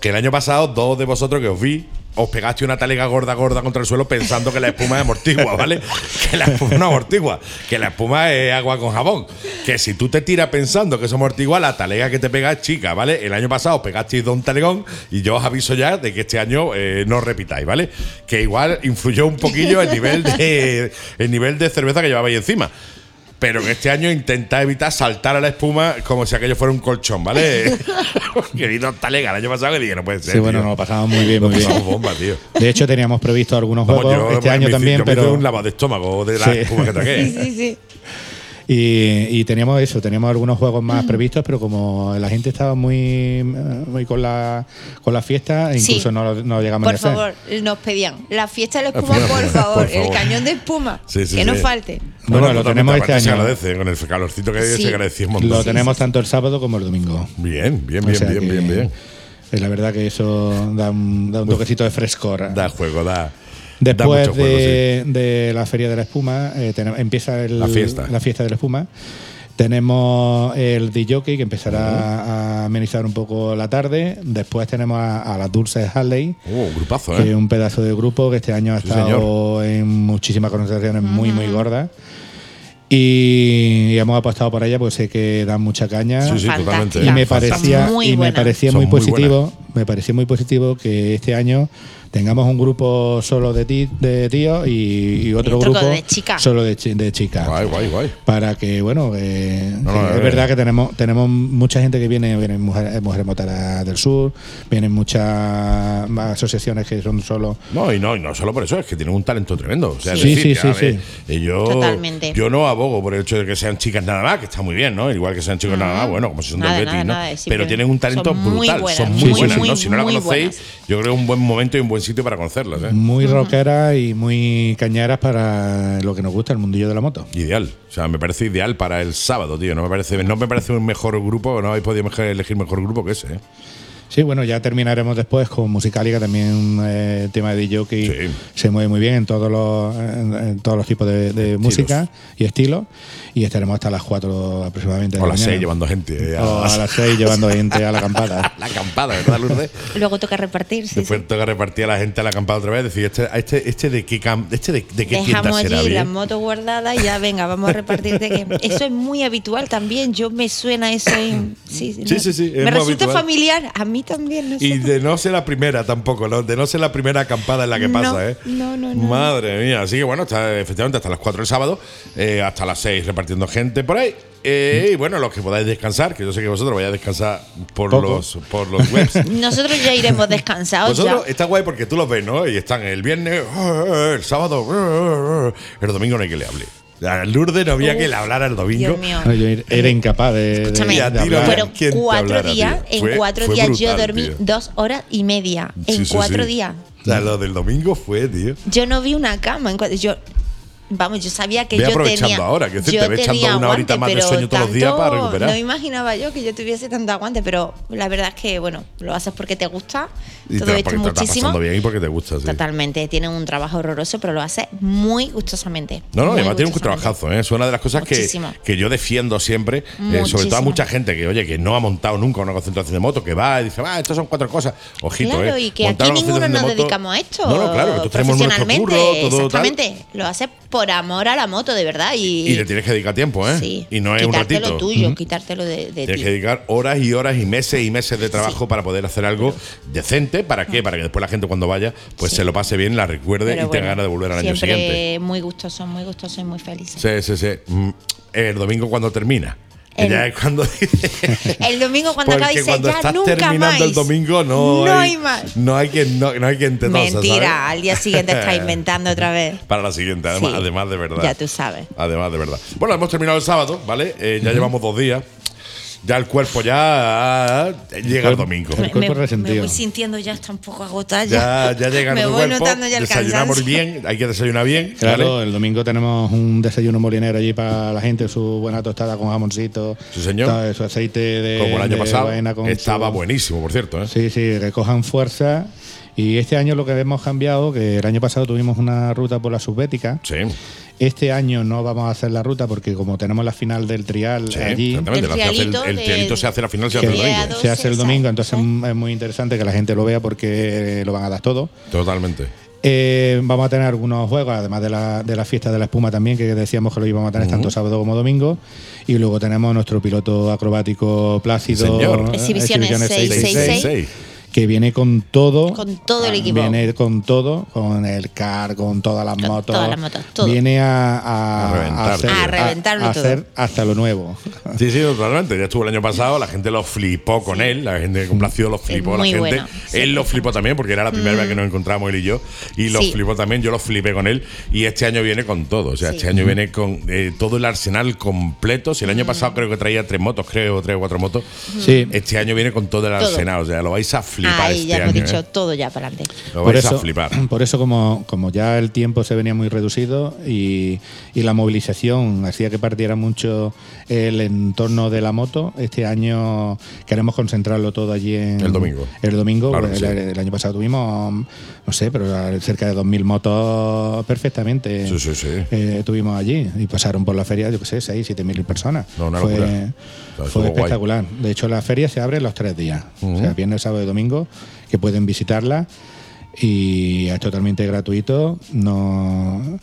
H: que el año pasado, dos de vosotros que os vi, os pegaste una talega gorda, gorda contra el suelo pensando que la espuma es amortigua, ¿vale? Que la espuma no amortigua, que la espuma es agua con jabón. Que si tú te tiras pensando que eso amortigua, la talega que te pega es chica, ¿vale? El año pasado os pegasteis de un talegón y yo os aviso ya de que este año eh, no os repitáis, ¿vale? Que igual influyó un poquillo el nivel de, el nivel de cerveza que llevabais encima. Pero que este año intenta evitar saltar a la espuma como si aquello fuera un colchón, ¿vale? Porque vi dos talegas el año pasado que dije, no puede ser.
J: Sí, bueno,
H: tío.
J: nos lo pasamos muy bien, muy bien.
H: Pasamos bomba, tío.
J: De hecho, teníamos previsto algunos
H: Vamos,
J: juegos
H: yo-
J: este
H: me
J: año
H: hice-
J: también,
H: yo me hice
J: pero.
H: un lavado de estómago de la
J: Sí.
H: espuma que tragué.
N: Sí, sí.
J: Y, y teníamos eso, teníamos algunos juegos más
N: Mm.
J: previstos, pero como la gente estaba muy, muy con la con la fiesta,
N: Sí.
J: incluso no, lo- no llegamos a
N: Por
J: hacer.
N: favor, nos pedían la fiesta de la espuma,
H: Por favor,
N: por
H: por
N: favor, el
H: favor.
N: cañón de espuma,
H: Sí, sí,
N: que no
H: sí.
N: falte.
J: Bueno, lo
H: totalmente,
J: tenemos este
H: aparte
J: año.
H: Se agradece, con el calorcito que hay,
N: Sí.
H: se agradece un montón.
J: Lo tenemos tanto el sábado como el domingo.
H: Bien, bien,
J: O
H: bien,
J: sea
H: bien,
J: que-
H: bien, bien.
J: Eh, La verdad que eso da un, da un toquecito de frescor.
H: Da juego, da.
J: Después
H: mucho juego,
J: de, de la Feria de la Espuma, eh, tenem- empieza el-
H: La fiesta.
J: la fiesta de la Espuma. Tenemos el DJ que empezará a amenizar un poco la tarde. Después tenemos a, a las Dulces Harley,
H: Oh, un grupazo,
J: que es
H: ¿eh?
J: un pedazo de grupo que este año ha
H: Sí,
J: estado en muchísimas concentraciones muy, muy gordas. Y, y hemos apostado por ella porque sé que dan mucha caña.
H: Sí, sí, totalmente.
J: Y me parecía,
N: muy
J: y me
N: buena.
J: parecía
H: Son
J: muy
H: muy
J: positivo, me parecía muy positivo que este año tengamos un grupo solo de, ti, de tíos y, y otro,
N: otro
J: grupo
N: de chicas.
J: solo de, chi- de chicas.
H: Guay, guay, guay.
J: Para que, bueno, eh,
H: No,
J: sí,
H: no, eh,
J: es verdad que tenemos tenemos mucha gente que viene, vienen mujeres, mujeres moteras del sur, vienen muchas más asociaciones que son solo
H: No, y no, y no solo por eso, es que tienen un talento tremendo. O sea,
J: Sí,
H: es decir,
J: sí,
H: ya
J: sí,
H: ves, y eh, yo,
N: Totalmente.
H: yo no abogo por el hecho de que sean chicas nada más, que está muy bien, ¿no? Igual que sean chicos nada más, bueno, como si son
N: Nada,
H: del
N: nada,
H: Betis, ¿no?
N: nada, es
H: Pero
N: simplemente-
H: tienen un talento
N: son muy
H: brutal,
N: buenas,
H: son
N: muy,
H: muy
N: muy,
H: buenas,
N: muy,
H: ¿no? Si no la
N: muy
H: conocéis,
N: buenas.
H: yo creo que un buen momento y un buen sitio para conocerlas, ¿eh?
J: muy rockeras y muy cañeras para lo que nos gusta, el mundillo de la moto.
H: Ideal, o sea, me parece ideal para el sábado, tío. No me parece, no me parece un mejor grupo, no habéis podido mejor- elegir mejor grupo que ese. ¿eh?
J: Sí, bueno, ya terminaremos después con Musicalica, también eh, tema de jockey
H: Sí.
J: se mueve muy bien en todos los, en, en todos los tipos de, de música y estilos. Y estaremos hasta las 4 aproximadamente. de
H: O a
J: la
H: las
J: mañana.
H: 6 llevando gente. eh, a,
J: O a las 6 llevando gente a la acampada.
H: la acampada, ¿verdad, Lourdes?
N: Luego toca repartir, sí,
H: Después toca Pues repartir a la gente a la acampada otra vez. Decir, este, a este, este de qué, cam- este de, de qué tienda
N: Dejamos
H: será.
N: allí las
H: bien?
N: motos guardadas y ya venga, vamos a repartirte. Que eso es muy habitual también. Yo me suena eso en. Sí, sí,
H: Sí,
N: me-
H: sí, sí, es
N: Me
H: muy
N: resulta
H: habitual.
N: familiar. A mí también. No sé.
H: Y de no ser la primera tampoco, ¿no? De no ser la primera acampada en la que
N: No,
H: pasa, ¿eh?
N: no, no, no.
H: Madre mía. Así que bueno, está, efectivamente hasta las 4 el sábado, eh, hasta las 6 repartiendo gente por ahí. Eh, y bueno, los que podáis descansar, que yo sé que vosotros vais a descansar por
J: Poco.
H: los por los webs.
N: Nosotros ya iremos descansados.
H: Vosotros
N: Oh,
H: eh,
N: ya.
H: está guay porque tú los ves, ¿no? Y están el viernes, eh, el sábado, eh, el domingo no hay que le hable. A Lourdes no había
N: Uf,
H: que le hablara el domingo.
N: Dios mío.
J: No, yo er- era incapaz de. de-
N: Escúchame,
J: de
H: Y a ti
J: hablar.
H: lo-
N: fueron
H: ¿quién te
N: cuatro
H: hablara,
N: días.
H: tío?
N: En
H: Fue-
N: cuatro
H: fue
N: días yo
H: brutal,
N: dormí
H: tío.
N: dos horas y media.
H: Sí,
N: en
H: sí,
N: cuatro
H: sí.
N: días.
H: O sea, lo del domingo fue, tío.
N: Yo no vi una cama. en cuatro- yo, vamos, yo sabía que
H: Ve
N: yo
H: aprovechando
N: tenía.
H: ahora, que decir,
N: yo
H: te ve echando
N: tenía
H: una horita
N: aguante,
H: más de
N: pero
H: sueño todos los días
N: tanto-
H: para recuperar.
N: No imaginaba yo que yo tuviese tanto aguante, pero la verdad es que, bueno, lo haces porque te gusta.
H: Y
N: todo
H: te,
N: esto
H: porque te lo estás
N: muchísimo.
H: pasando bien y porque te gusta, sí.
N: Totalmente. Tienen un trabajo horroroso, pero lo haces muy gustosamente.
H: No, no,
N: Muy
H: además tiene un
N: gustosamente.
H: trabajazo, ¿eh? es una de las cosas que,
N: Muchísimo.
H: que yo defiendo siempre, eh, sobre
N: Muchísimo.
H: todo a mucha gente que, oye, que no ha montado nunca una concentración de moto, que va y dice, va, estas son cuatro cosas. Ojito,
N: Claro,
H: ¿eh?
N: y que
H: Montar
N: aquí
H: una
N: ninguno
H: concentración de
N: nos
H: moto-
N: dedicamos a esto.
H: No, no, claro, que todos tenemos nuestro
N: profesionalmente,
H: curro, todo tal.
N: Exactamente. Lo haces por amor a la moto, de verdad. Y,
H: Y le tienes que dedicar tiempo, ¿eh?
N: Sí.
H: Y no es un
N: quitártelo
H: ratito.
N: tuyo,
H: Ujú.
N: quitártelo de, de
H: Tienes
N: ti.
H: que dedicar horas y horas y meses y meses de trabajo para poder hacer algo decente. ¿Para qué? Para que después la gente cuando vaya, pues se lo pase bien, la recuerde
N: Pero
H: y
N: bueno,
H: tenga ganas de volver al año
N: siempre
H: siguiente.
N: muy gustoso, muy gustoso y muy feliz.
H: Sí, sí, sí. Mm, El domingo cuando termina. Que
N: El-
H: ya es cuando
N: El domingo cuando acaba
H: Porque
N: dice
H: cuando
N: ya
H: estás
N: nunca
H: terminando
N: más.
H: el domingo no,
N: No
H: hay,
N: hay más.
H: No hay quien, no, no hay quien te tosa,
N: Mentira,
H: ¿sabes?
N: al día siguiente está inventando otra vez.
H: Para la siguiente, además,
N: Sí.
H: además de verdad.
N: Ya tú sabes.
H: Además de verdad. Bueno, hemos terminado el sábado, ¿vale? Eh, ya llevamos dos días. Ya el cuerpo ya ah, llega el
J: cuerpo-
H: domingo.
J: el cuerpo Me- resentido.
N: Me voy sintiendo ya está un poco agotada.
H: Ya, ya llega
N: Me
H: nuestro
N: voy
H: cuerpo.
N: notando ya el
H: desayunamos
N: cansancio.
H: bien, hay que desayunar bien.
J: Claro,
H: ¿vale?
J: el domingo tenemos un desayuno molinero allí para la gente, su buena tostada con jamoncito.
H: Sí, señor.
J: tal, Su aceite de.
H: Como el año
J: eh, de
H: pasado.
J: avena con
H: Estaba
J: su-
H: buenísimo, por cierto. ¿eh?
J: Sí, sí, que cojan fuerza. Y este año lo que hemos cambiado, que el año pasado tuvimos una ruta por la subbética.
H: Sí.
J: Este año no vamos a hacer la ruta porque como tenemos la final del trial
H: Sí,
J: allí,
H: exactamente. El La- se hace el- trialito el de- trialito se hace la final, se hace el
J: se-
H: domingo.
J: se hace el domingo, entonces es muy interesante que la gente lo vea porque eh, lo van a dar todo.
H: Totalmente.
J: Eh, vamos a tener algunos juegos, además de la, de la fiesta de la espuma también, que decíamos que lo íbamos a tener tanto sábado como domingo. Y luego tenemos nuestro piloto acrobático Plácido.
H: Señor.
J: eh,
N: Exhibiciones 666.
J: Que viene con todo.
N: Con todo el equipo.
J: Viene con todo, con el car, con todas las motos.
N: todas las motos, todo.
J: Viene a, a-
H: A reventarlo.
J: hacer,
N: A reventarlo
J: a
N: todo.
J: hacer hasta lo nuevo.
H: Sí, sí, totalmente. Ya estuvo el año pasado, la gente lo flipó con él, la gente de complacido lo flipó, la
N: muy
H: gente.
N: bueno, sí. Mm.
H: él lo flipó también, porque era la primera vez que nos encontramos él y yo, y lo
N: Sí.
H: flipó también, yo lo flipé con él, y este año viene con todo, o sea,
N: Sí. Mm.
H: este año viene con eh, todo el arsenal completo, si el año pasado creo que traía tres motos, creo, tres o cuatro motos,
J: Sí.
H: este año viene con todo el
N: Todo.
H: arsenal, o sea, lo vais a flipar
N: Ahí
H: este
N: ya hemos
H: año.
N: dicho
H: ¿eh?
N: todo ya para adelante.
H: Lo vais a flipar.
J: Por eso, como, como ya el tiempo se venía muy reducido y, y la movilización hacía que partiera mucho el entorno de la moto, este año queremos concentrarlo todo allí en.
H: El domingo.
J: El domingo.
H: Claro que
J: el,
H: sí.
J: el año pasado tuvimos, no sé, pero cerca de 2.000 motos perfectamente.
H: Sí, sí, sí.
J: eh, tuvimos allí y pasaron por la feria, yo qué sé, 6.000, 7.000 personas.
H: No, una
J: fue
H: locura. O sea, estuvo
J: fue
H: guay.
J: espectacular. De hecho, la feria se abre los tres días, o sea, viernes, sábado y domingo, que pueden visitarla y es totalmente gratuito. No,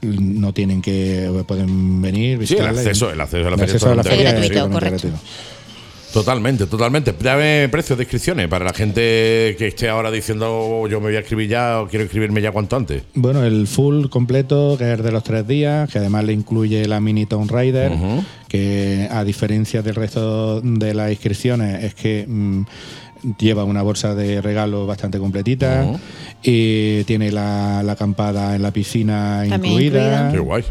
J: no tienen que pueden venir
H: Sí, el
J: visitarla. y-
H: acceso, el acceso a la
J: el
H: feria.
J: acceso a la
H: totalmente
J: feria
H: gratis.
J: es totalmente
H: Totalmente, totalmente. Dame precios, descripciones para la gente que esté ahora diciendo "Oh, yo me voy a escribir ya o quiero escribirme ya cuanto antes.
J: Bueno, el full completo, que es de los tres días, que además le incluye la mini Town Rider, que a diferencia del resto de las inscripciones, es que mm, lleva una bolsa de regalo bastante completita y tiene la, la acampada en la piscina
N: También
J: Ah, incluida.
N: incluida.
H: Qué guay.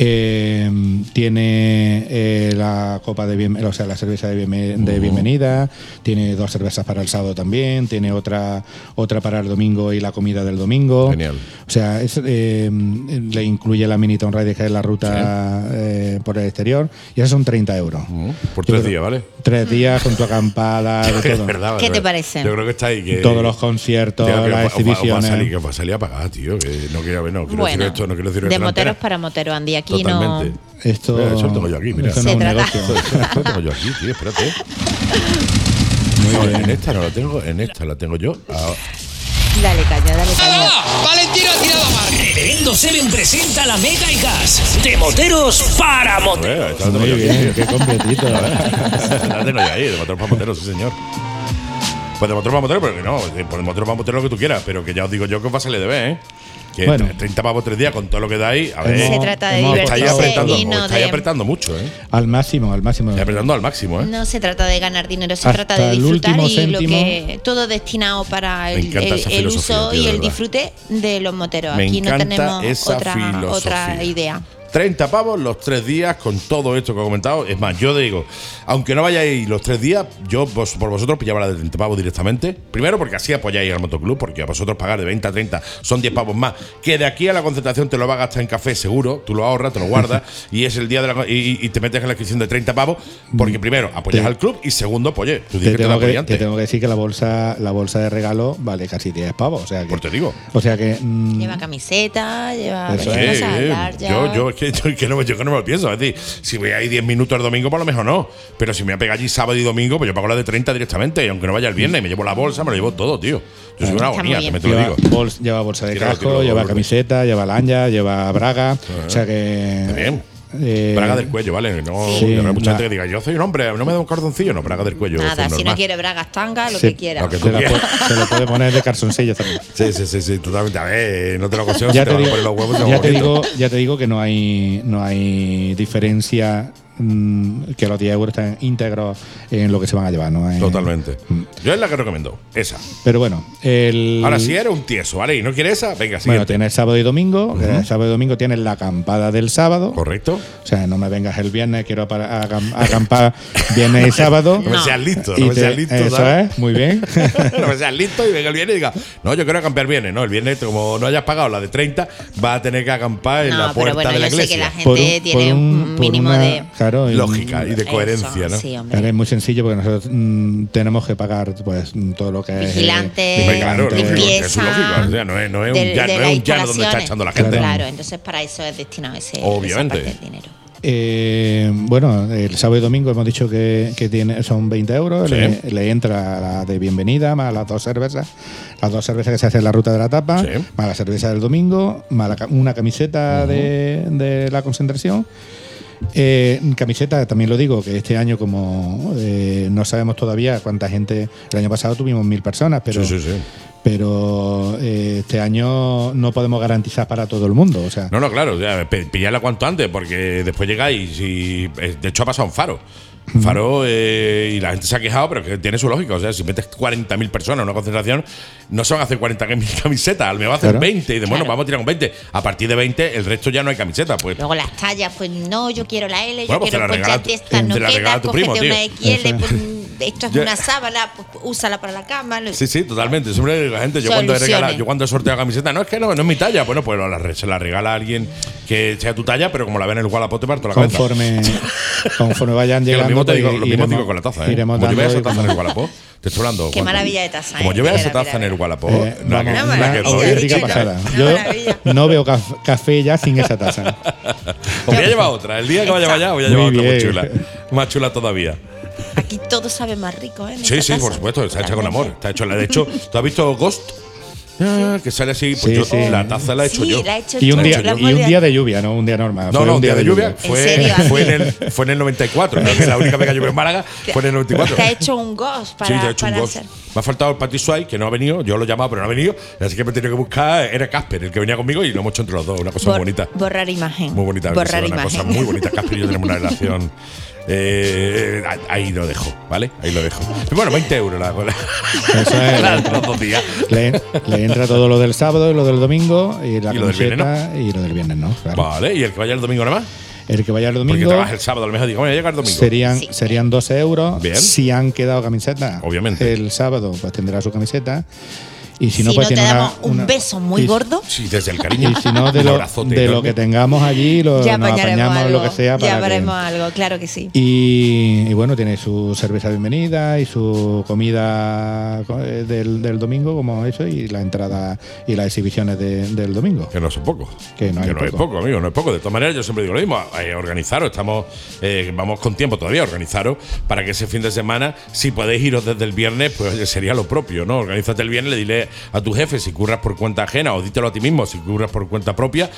J: Eh, tiene eh, la copa de bien, o sea, la cerveza de, bienve- de bienvenida, tiene dos cervezas para el sábado también, tiene otra otra para el domingo y la comida del domingo.
H: Genial.
J: O sea, es, eh, le incluye la mini Town Ride, que es la ruta eh, por el exterior, y esas son 30 euros.
H: Por
J: Yo
H: tres
J: creo-
H: días, ¿vale?
N: Mm.
J: Tres días con tu acampada, Ah, de
H: Es
J: todo.
H: verdad,
N: ¿Qué te
H: vale, vale.
N: parece?
H: Yo creo que está ahí. Que
J: Todos los conciertos,
H: Tía, que
J: las
H: os va- os va- os va a salir-
J: exhibiciones.
H: que os va a salir apagada, tío. que no quiero, no, quiero
N: Bueno,
H: decir esto, no quiero decir
N: de
H: esto
N: moteros
H: entera.
N: para motero, Andy. Aquí
H: Totalmente.
J: Esto,
H: Mira, eso lo tengo yo aquí, mira.
J: esto
N: Se
J: no es un
N: trata-
J: negocio.
H: Esto- esto lo tengo yo aquí, tío, espérate. No, en esta no la tengo, en esta la tengo yo. Ah,
N: no. Dale caña, dale caña.
F: Valentino ha tirado a mar.
G: Reverendo Seven presenta la Mega y Gas. De moteros para
H: a ver,
G: moteros.
H: esta la tengo
J: Muy
H: yo aquí, tío.
J: bien, qué completito.
H: La tengo ya ahí, de motor para motero, sí, señor. Pues de motor para motero, pero que no, pues de- por el motor para motero lo que tú quieras, pero que ya os digo yo que os va a salir de ver, ¿eh? Que
J: Bueno.
H: tre- 30 pavos tres días con todo lo que dais, a ver.
J: Hemos-
N: Se trata de
J: hemos
H: os estáis
J: apostado-
N: divertirse
H: apretando,
N: y
H: os
N: no
H: estáis
N: de.
H: apretando mucho, ¿eh?
J: Al máximo, al máximo.
H: Estáis apretando al máximo, ¿eh?
N: No se trata de ganar dinero, se
J: Hasta
N: trata de
J: el
N: disfrutar
J: último
N: y lo
J: céntimo.
N: que todo destinado para
H: Me
N: el,
H: encanta
N: el-
H: esa
N: el
H: filosofía,
N: uso
H: tío,
N: y
H: de
N: el
H: verdad.
N: disfrute de los moteros.
H: Me
N: Aquí no
H: encanta
N: tenemos
H: esa
N: otra,
H: filosofía.
N: otra idea.
H: 30 pavos los tres días con todo esto que he comentado. Es más, yo digo, aunque no vayáis los tres días, yo vos- por vosotros pillaba la de 30 pavos directamente. Primero porque así apoyáis al motoclub, porque a vosotros pagar de 20 a 30 son 10 pavos más. Que de aquí a la concentración te lo va a gastar en café seguro, tú lo ahorras, te lo guardas y es el día de la, con- y, y te metes en la inscripción de 30 pavos porque primero apoyas
J: Mm. Te-
H: al club y segundo apoyé. Tú dices
J: Te
H: que te
J: tengo, que,
H: apoyaste.
J: te tengo que decir que la bolsa, la bolsa de regalo vale casi 10 pavos. O sea que,
H: Pues te digo.
J: O sea que. mm,
N: Lleva camiseta, lleva
J: Eso
N: varias
H: Eh,
N: cosas,
H: eh,
N: hablar ya.
H: yo, yo es que, yo, que no, yo que no me lo pienso. Es decir, si voy ahí 10 minutos el domingo, por lo mejor no. Pero si me voy a pegar allí sábado y domingo, pues yo pago la de 30 directamente. Y aunque no vaya el viernes, me llevo la bolsa, me lo llevo todo, tío. Yo soy una agonía, también te lo
J: lleva,
H: digo.
J: bols- lleva bolsa de
H: Tíralo,
J: casco,
H: tíralo,
J: lleva
H: gordo.
J: camiseta, lleva lanja, lleva
H: Ah,
J: braga. O sea que. eh,
H: Braga del cuello, ¿vale? No,
J: sí,
H: no hay mucha
J: la-
H: gente que diga, yo soy un hombre, no me da un cordoncillo. No, braga del cuello. es
N: Nada,
H: un
N: si no
H: normal.
N: quiere bragas, tanga, lo
J: se-
N: que quiera.
H: Lo que tú
J: se, la
H: quieras.
J: puede- se lo puede poner de calzoncillo también.
H: Sí, sí, sí, sí, totalmente. A ver, no te lo aconsejo.
J: ya
H: si te, van a
J: te, digo,
H: poner los huevos, se
J: ya,
H: va
J: te
H: bonito.
J: digo, ya te digo que no hay, no hay diferencia mm, que los 10 euros están íntegros en lo que se van a llevar. ¿no? Eh,
H: Totalmente. Yo es la que recomiendo, esa.
J: Pero bueno, el,
H: Ahora, si eres un tieso, ¿vale? Y no quieres esa, venga,
J: Bueno,
H: siguiente.
J: tienes sábado y domingo.
H: Ujú.
J: eh, sábado y domingo tienes la acampada del sábado.
H: Correcto.
J: O sea, no me vengas el viernes, quiero para- acam- acampar viernes y sábado.
H: No me seas listo,
J: Y
H: no me
J: te-
H: seas listo.
J: Eso
H: ¿sabes?
J: es, muy bien.
H: no me seas listo y venga el viernes y diga, no, yo quiero acampar el viernes. No, el viernes, como no hayas pagado la de 30, vas a tener que acampar en
N: No,
H: la
N: pero
H: puerta
N: bueno,
H: de la
N: yo sé que
H: iglesia.
N: la gente Por un- tiene por un- un
J: por
N: mínimo
J: una-
H: eh,
N: de-
J: claro, y-
H: Lógica y de
N: Eso,
H: coherencia, ¿no?
N: sí, hombre.
J: Claro, es muy sencillo porque nosotros mm, tenemos que pagar pues mm, todo lo que es. eh,
N: Vigilantes,
H: Hombre, claro, lógico,
N: limpieza,
H: es lógico. O sea, no es, no es
N: de-
H: un, ya,
N: de
H: no
N: las
H: es un llano donde está
N: instalaciones.
H: echando la gente.
N: Claro, entonces para eso es destinado ese,
H: Obviamente.
N: esa parte del dinero.
J: Eh, bueno, el sábado y domingo hemos dicho que, que tiene, son 20 euros.
H: Sí.
J: Le, le entra la de bienvenida, más las dos cervezas. Las dos cervezas que se hacen en la ruta de la tapa, más la cerveza del domingo, más la ca- una camiseta de, de la concentración. Eh, camiseta, también lo digo, que este año, como eh, no sabemos todavía cuánta gente, el año pasado tuvimos mil personas, pero,
H: Sí, sí, sí.
J: pero eh, este año no podemos garantizar para todo el mundo. O sea,
H: No, no, claro, ya, pe- pillarla cuanto antes, porque después llegáis y. eh, De hecho, ha pasado en Faro. Faro, eh, y la gente se ha quejado, pero que tiene su lógica. O sea, si metes 40.000 personas en una concentración, no se van a hacer 40.000 camisetas, al menos hacen
J: Claro.
H: 20. Y de bueno,
N: Claro.
H: vamos a tirar con 20. A partir de 20, el resto ya no hay camisetas. Pues
N: Luego las tallas, pues no, yo quiero la L,
H: Bueno,
N: yo
H: pues te
N: quiero
H: la regala
N: poncharte
H: tu-
N: esta, no
H: te la
N: queda,
H: regala tu
N: cógete
H: primo, tío.
N: una XL, pues,
H: Eso
N: esto es
H: Yo-
N: una sábana, pues, úsala para la cama. lo-
H: Sí, sí, totalmente. Siempre la gente, yo cuando, he
N: Soluciones.
H: regalado, yo cuando he sorteado camiseta, no es que no, no es mi talla. Bueno, pues la re- se la regala a alguien que sea tu talla, pero como la ven en el Wallapop te parto la cabeza.
J: conforme, conforme vayan
H: Que lo
J: llegando.
H: mismo te
J: pues,
H: digo, lo mismo
J: iremos-
H: digo con la taza, ¿eh?
J: iremos
H: Como yo vea
J: dando-
H: esa taza en el Wallapop, te estoy hablando.
N: Qué
H: Juan.
N: maravilla de taza, ¿eh?
H: Como yo vea
N: Mira,
H: esa taza
N: mira,
H: en el Wallapop,
J: Eh,
H: la Pues, que-
J: vamos,
H: la que
J: una-
H: doy.
J: qué rica pasada. Yo no veo caf- café ya sin esa taza.
H: Os voy a llevar otra. El día que vaya allá, voy a llevar
J: Muy
H: otra más
J: bien.
H: chula. Más chula todavía.
N: Aquí todo sabe más rico, ¿eh? en
H: Sí,
N: esta
H: sí,
N: casa.
H: por supuesto. Está hecha con amor. Está hecha, de hecho, ¿tú has visto Ghost? Ah, Que sale así, pues
J: Sí,
H: yo
J: sí.
H: la taza la he hecho
N: Sí,
H: yo.
N: la he hecho
J: Y un,
N: tú,
J: día,
N: la
J: y un
N: molde-
J: día de lluvia, no un día normal.
H: No,
J: fue
H: no, un día de lluvia.
N: ¿En
H: Fue,
N: serio?
H: fue, en el, fue en el 94. creo que la única vez que llovió en Málaga fue en el 94.
N: Te ha hecho un ghost para,
H: sí, te he hecho un
N: para
H: ghost.
N: hacer.
H: Me ha faltado el Patty Suárez, que no ha venido. Yo lo he llamado, pero no ha venido. Así que me he tenido que buscar. Era Casper, el que venía conmigo, y lo hemos hecho entre los dos. Una cosa muy
N: Bor-
H: bonita.
N: Borrar imagen.
H: Muy bonita. que
N: Borrar
H: sea una cosa
N: imagen.
H: muy bonita. Casper y yo tenemos una relación. eh, eh, ahí lo dejo, ¿vale? Ahí lo dejo. Y Bueno, 20 euros la, la,
J: Eso es.
H: la- los dos días.
J: Le, le entra todo lo del sábado y lo del domingo y la
H: Y lo del viernes,
J: camiseta y lo del viernes, ¿no? Claro.
H: Vale, y el que vaya el domingo nada más.
J: El que vaya el
H: Porque
J: domingo
H: trabaja el sábado, a lo mejor digo, voy a llegar el domingo.
J: serían, serían 12 euros.
H: Bien.
J: Si han quedado camisetas, obviamente. El sábado pues tendrá su camiseta. Y si no,
N: si
J: pues
N: no te
J: tiene una-
N: damos un
J: una-
N: beso muy
J: y-
N: gordo,
H: Sí, desde el cariño.
J: Y si no, de
H: Un
J: lo,
H: abrazote
J: de lo
H: enorme.
J: que tengamos allí, lo,
N: ya
J: nos
N: apañaremos
J: apañamos
N: algo.
J: lo que
N: ya
J: sea. Para que-
N: haremos algo, claro que sí.
J: y, y bueno, tiene su cerveza bienvenida y su comida co- eh, del, del domingo, como eso, y la entrada y las exhibiciones de- del domingo.
H: Que no son pocos.
J: Que no, hay
H: que no es poco, amigo, no es poco. De todas maneras, yo siempre digo lo mismo, eh, organizaros, estamos, eh, vamos con tiempo todavía, organizaros para que ese fin de semana, si podéis iros desde el viernes, pues oye, sería lo propio, ¿no? Organízate el viernes, le dile a tu jefe si curras por cuenta ajena o dítelo a ti mismo si curras por cuenta propia.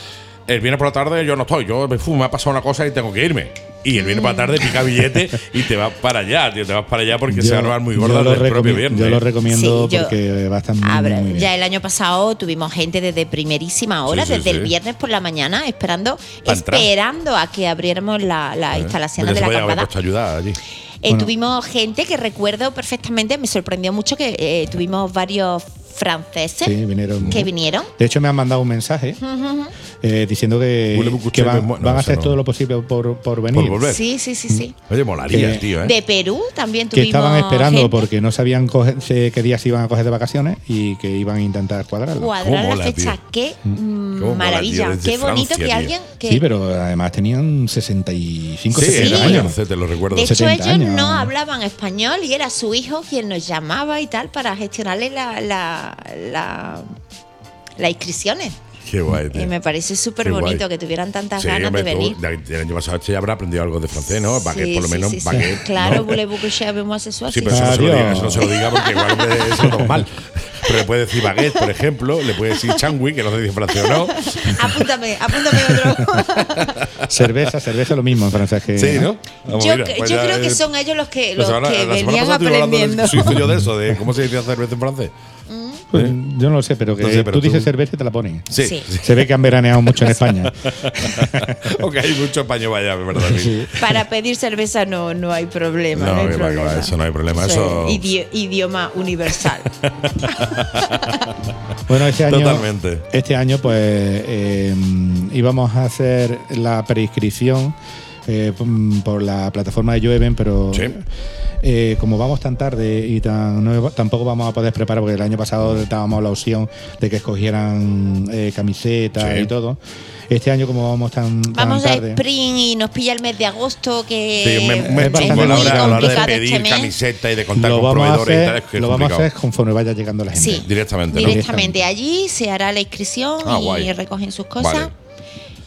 H: El viernes por la tarde yo no estoy, yo me, fu, me ha pasado una cosa y tengo que irme. Y el viernes por la tarde pica billete y te vas para allá, tío, te vas para allá porque se va a armar muy
J: yo
H: gorda
J: lo
H: el propio
J: recomi-
H: viernes.
J: yo lo
H: ¿eh?
J: recomiendo
N: Sí, yo-
J: porque va a estar muy,
N: Habrá-
J: muy bien.
N: ya el año pasado tuvimos gente desde primerísima hora,
H: Sí, sí,
N: desde
H: sí.
N: el viernes por la mañana, esperando,
H: Pa' entrar.
N: esperando a que abriéramos la, la
H: ¿Eh?
N: instalación
H: Porque
N: de
H: se
N: la
H: podía haber
N: acampada.
H: puesto a pues. ayudar allí.
N: Eh,
H: Bueno.
N: Tuvimos gente que recuerdo perfectamente, me sorprendió mucho que eh, tuvimos varios franceses
J: Sí, vinieron.
N: que vinieron.
J: De hecho, me han mandado un mensaje
N: Ujú.
J: eh, diciendo
H: Huele
J: que,
H: bucuché,
J: que van,
H: me muero.
J: van
H: No,
J: a
H: eso
J: hacer
H: no.
J: todo lo posible por, por venir.
H: Pues.
N: Sí, sí, sí, sí.
H: Oye, molaría,
J: Que-
H: tío, ¿eh?
N: De Perú también
J: que
N: tuvimos.
J: estaban esperando
N: gente.
J: porque no sabían coger- se- qué días se iban a coger de vacaciones y que iban a intentar cuadrarlo.
N: cuadrar la fecha. Qué
J: mola,
N: maravilla,
J: tío,
H: desde
N: qué bonito
H: Francia,
N: que
H: tío.
N: alguien que
J: Sí, pero además tenían 65,
H: Sí,
J: 70
H: era
J: años.
H: mayor, te lo recuerdo.
N: de hecho
J: 70
N: ellos
J: años.
N: no hablaban español y era su hijo quien nos llamaba y tal para gestionarle la, la, la- las inscripciones.
H: Qué guay, tío.
N: Y eh, me parece súper
H: Qué guay.
N: bonito que tuvieran tantas
H: Sí,
N: ganas
H: hombre,
N: de
H: tú,
N: venir.
H: del- del año pasado este ya habrá aprendido algo de francés, ¿no? Baguette,
N: Sí,
H: por lo
N: sí,
H: menos.
N: sí, sí.
H: baguette, ¿no?
N: Claro, voulez-vous que moi ce soir?
H: Sí, pero eso no, se lo
J: Adiós.
H: diga, eso no se lo diga porque igual hombre, eso es normal. Pero le puede decir baguette, por ejemplo, le puede decir changui, que no se dice en francés, ¿no?
N: Apúntame, apúntame otro.
J: cerveza, cerveza, lo mismo en francés que.
H: Sí, ¿no? Vamos,
N: yo
H: mira,
N: yo
H: pues ya,
N: creo que
H: eh,
N: son ellos los que, los
H: pues ahora,
N: que
H: la semana
N: venían
H: pasada estuvimos hablando de-
N: aprendiendo.
H: Sí, hice yo de eso, de cómo se dice cerveza en francés.
J: Mm, Yo no lo sé, pero que
H: No sé, pero
J: tú, dices
H: tú-
J: cerveza y te la pones.
H: Sí. Sí.
J: Se ve que han veraneado mucho en España.
H: Aunque hay mucho español allá, ¿verdad? Sí.
N: Para pedir cerveza no, no hay problema. No,
H: No,
N: hay
H: que va, que va,
N: problema.
H: eso no hay problema.
N: Eso
H: Eso.
N: es idi- idioma universal.
J: Bueno, este año,
H: Totalmente.
J: este año pues eh, íbamos a hacer la prescripción por la plataforma de Joeven, pero eh, como vamos tan tarde y tan nuevo, tampoco vamos a poder preparar, porque el año pasado dábamos la opción de que escogieran eh, camisetas
H: Sí.
J: y todo. Este año como vamos tan, tan
N: Vamos a
J: tarde...
N: sprint y nos pilla el mes de agosto que
H: Sí, me, me
J: es
H: chungo
J: bastante
H: a la hora, a la hora de
N: complicado
H: pedir
N: este mes.
H: camiseta y de contar
J: Lo
H: con
J: vamos, a
H: proveedores y tal,
J: hacer,
H: es que es
J: lo vamos a
H: complicado.
J: hacer conforme vaya llegando la gente.
N: Sí.
H: Directamente, ¿no?
N: Directamente allí se hará la inscripción
H: Ah,
N: y
H: guay.
N: recogen sus cosas.
H: Vale.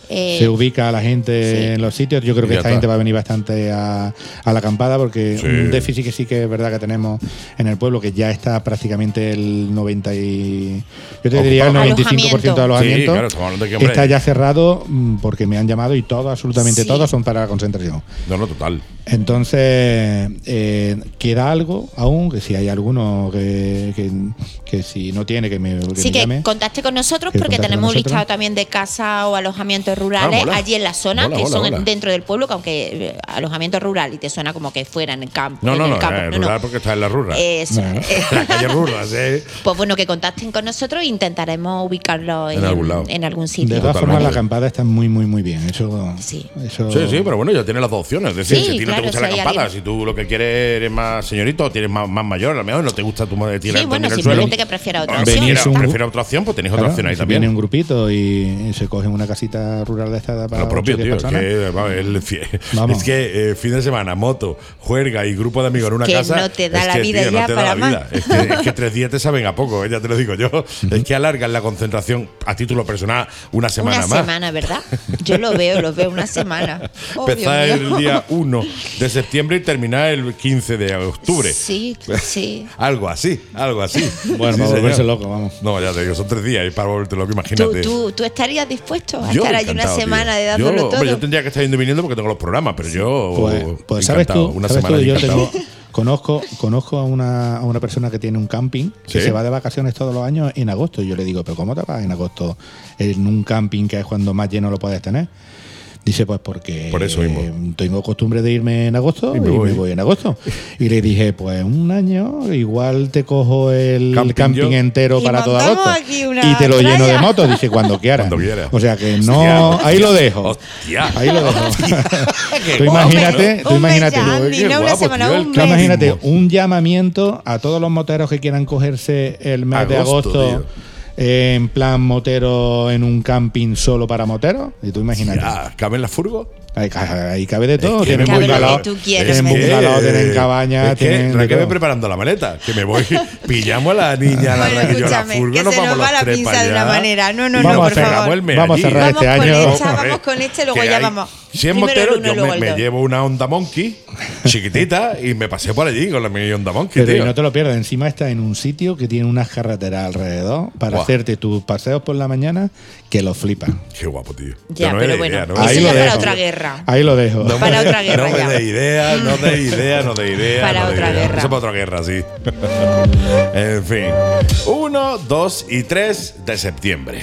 N: Eh,
J: se ubica a la gente
N: sí.
J: en los sitios. Yo creo que
H: Ya
J: esta
H: está.
J: gente va a venir bastante a, a la acampada porque
H: Sí.
J: un déficit que sí que es verdad que tenemos en el pueblo, que ya está prácticamente el 90 y, yo te diría el
N: Ocupado.
J: 95% de
H: Sí,
J: alojamiento
H: claro, estamos hablando de que, hombre,
J: está ya cerrado mm, porque me han llamado y todo, absolutamente
N: Sí.
J: todo, son para la concentración.
H: No, no, total.
J: Entonces, eh, queda algo aún, que si hay alguno que, que, que si no tiene, que me, que
N: Sí,
J: me
N: que
J: llame.
N: contacte con nosotros
J: Que
N: porque
J: contacte con
N: tenemos un
J: nosotros.
N: listado también de casa o alojamientos rurales
H: Ah, mola.
N: allí en la zona,
H: Mola,
N: que
H: mola,
N: son
H: mola.
N: dentro del pueblo, que aunque eh, alojamiento rural y te suena como que fuera en el campo.
H: No,
N: en
H: no,
N: el
H: no,
N: campo.
H: eh, rural porque está en la rural.
N: Eso,
J: No.
N: eh,
H: La calle rural, sí.
N: pues bueno, que contacten con nosotros e intentaremos ubicarlo en,
H: En algún lado.
N: en algún
J: De
N: sitio.
J: todas formas,
H: Totalmente.
J: la acampada está muy, muy, muy bien. Eso,
N: Sí.
J: eso-
H: Sí, sí, pero bueno, ya tienes las dos opciones. Es decir,
N: Sí,
H: si a ti no
N: claro,
H: te gusta
N: si
H: la
N: hay
H: acampada, si
N: alguien-
H: tú lo que quieres eres más señorito, tienes más, más mayor, a lo mejor no te gusta tu madre tirar
N: Sí, bueno,
H: el suelo.
N: simplemente que prefiera otra
H: Ah,
N: opción.
J: venir
H: prefiera-
J: a un-
H: prefiera otra opción, pues tenéis otra
J: Claro,
H: opción ahí
J: se Viene
H: también.
J: un grupito y se cogen una casita rural de esta para
H: Lo propio,
J: ocho, diez
H: tío. Es
J: personas.
H: que, vamos, el fie-
J: Vamos.
H: es que, eh, fin de semana, moto, juerga y grupo de amigos en una
N: Que
H: casa.
N: no te da
H: es
N: la
H: que,
N: vida
H: tío, no
N: ya
H: te da
N: para
H: la vida.
N: más.
H: Es que, es que tres días te saben a poco, eh, ya te lo digo yo. Es que alargan la concentración a título personal una semana
N: una
H: más.
N: semana, ¿verdad? Yo lo veo, lo veo una semana. Oh, Dios
H: Empezar el
N: mío.
H: día 1 de septiembre y terminar el 15 de octubre.
N: Sí, sí.
H: Algo así, algo así.
J: Bueno,
H: Sí,
J: para volverse
H: señor.
J: loco, vamos.
H: No, ya te digo, son tres días y para volverte loco,
N: ¿Tú,
H: imagínate.
N: tú, tú estarías dispuesto a
H: Yo
N: estar allí una
H: encantado, tío.
N: semana de
H: yo,
N: dándolo todo?
H: hombre, yo tendría que estar yendo y viniendo porque tengo los programas, pero yo.
J: Pues, pues sabes tú,
H: Oh, encantado, una
J: sabes
H: semana
J: tú que yo
H: encantado.
J: tengo, conozco, conozco a, una, a una persona que tiene un camping que
H: Sí.
J: se va de vacaciones todos los años en agosto. Y yo le digo, ¿pero cómo te vas en agosto en un camping que es cuando más lleno lo puedes tener? Dice, pues porque
H: Por eso mismo.
J: eh, tengo costumbre de irme en agosto y me, voy. en agosto. Y le dije, pues un año, igual te cojo el
H: Camping
J: camping,
H: yo.
J: entero
N: Y
J: para todo
N: montamos
J: agosto.
N: aquí una
J: y te lo lleno de
N: playa.
J: motos, dice, cuando quieras.
H: Cuando quieras.
J: O sea que
H: Hostia,
J: no, ahí lo
H: hostia,
J: dejo.
H: hostia.
J: Ahí lo dejo.
H: Qué guapo,
J: Tú imagínate,
N: ¿no?
J: tú
N: Un
J: imagínate.
N: mes ya,
H: Yo,
N: Andy,
H: qué
N: no una
H: guapo,
N: semana,
H: tío, el
N: un
J: Tú
N: mes.
H: camping.
J: imagínate un llamamiento a todos los moteros que quieran cogerse el mes de
H: Agosto,
J: agosto eh, en plan motero en un camping solo para moteros. Y tú imagínate.
H: Ya, ¿caben las furgos?
J: Ahí, ca- ahí cabe de todo.
H: Es que
J: Tienen
H: me voy-
J: bungalow,
N: Cabe lo que tú quieras,
J: tienen
N: me voy.
J: bungalow, tienen cabaña,
H: Es que
J: tienen. de
H: Raquel ve
J: todo.
H: preparando la maleta, que me voy. Pillamos a la niña, a la
N: Bueno,
H: Raquel, yo a la
N: escúchame,
H: furgo,
N: que
H: nos
N: se nos
H: vamos
N: va
H: los
N: la
H: tres
N: pinza
H: para
N: de una
H: allá.
N: manera. No, no,
H: Y
J: no,
H: nos
J: por
H: pegamos
J: favor.
H: el mes
J: Vamos a
H: allí.
J: cerrar este
N: Vamos con
J: año.
N: esa, vamos con este, luego
H: que
N: ya
H: hay
N: vamos. Primero
H: 100
N: el
H: moteros,
N: uno,
H: yo
N: luego
H: me,
N: el
H: me
N: dos.
H: llevo una Honda Monkey chiquitita y me pasé por allí con la mi Honda Monkey,
J: Pero y
H: tío.
J: no te lo pierdas, encima está en un sitio que tiene unas carreteras alrededor para
H: Buah.
J: hacerte tus paseos por la mañana que lo flipan.
H: Qué guapo, tío.
N: Ya,
H: no me
N: pero
H: da
N: bueno,
H: idea, ¿no?
N: eso
J: Ahí
N: ya
J: lo
N: para
J: dejo.
N: otra guerra.
J: Ahí lo dejo.
H: No me-
N: Para otra guerra,
H: No
N: ya.
H: me de idea, no de idea, no de idea.
N: Para
H: no de
N: otra
H: idea.
N: guerra.
H: Eso para otra guerra, sí. en fin. 1, 2 y 3 de septiembre.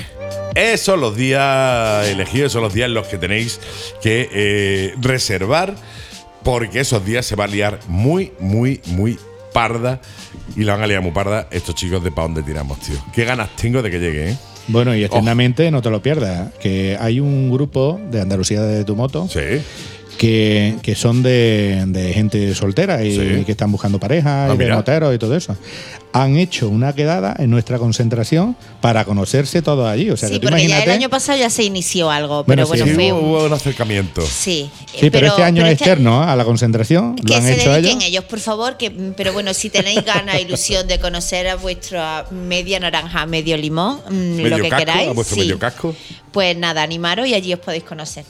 H: Esos son los días elegidos, son los días en los que tenéis que eh, reservar, porque esos días se va a liar muy, muy, muy parda. Y la van a liar muy parda estos chicos de pa' dónde tiramos, tío. Qué ganas tengo de que llegue, ¿eh?
J: Bueno, y externamente no te lo pierdas, que hay un grupo de Andalucía de tu moto
H: Sí.
J: que, que son de, de gente soltera y
H: Sí.
J: que están buscando pareja
H: Ah,
J: y de
H: mira.
J: moteros y todo eso. han hecho una quedada en nuestra concentración para conocerse todos allí. O sea,
N: sí,
J: que tú
N: porque ya el
J: imagínate.
N: año pasado ya se inició algo, pero bueno,
J: sí.
N: fue un-
J: un
H: acercamiento.
N: Sí, eh,
J: Sí, pero, este año
N: pero
J: es
N: que-
J: externo ¿eh? a la concentración.
N: que
J: lo han
N: se
J: hecho
N: dediquen
J: ellos.
N: ellos. por favor. Que, pero bueno, si tenéis ganas, ilusión de conocer a vuestra media naranja, medio limón, mm,
H: Medio
N: lo que
H: casco, a
N: queráis,
H: vuestro
N: sí.
H: medio casco.
N: pues nada, animaros y allí os podéis conocer.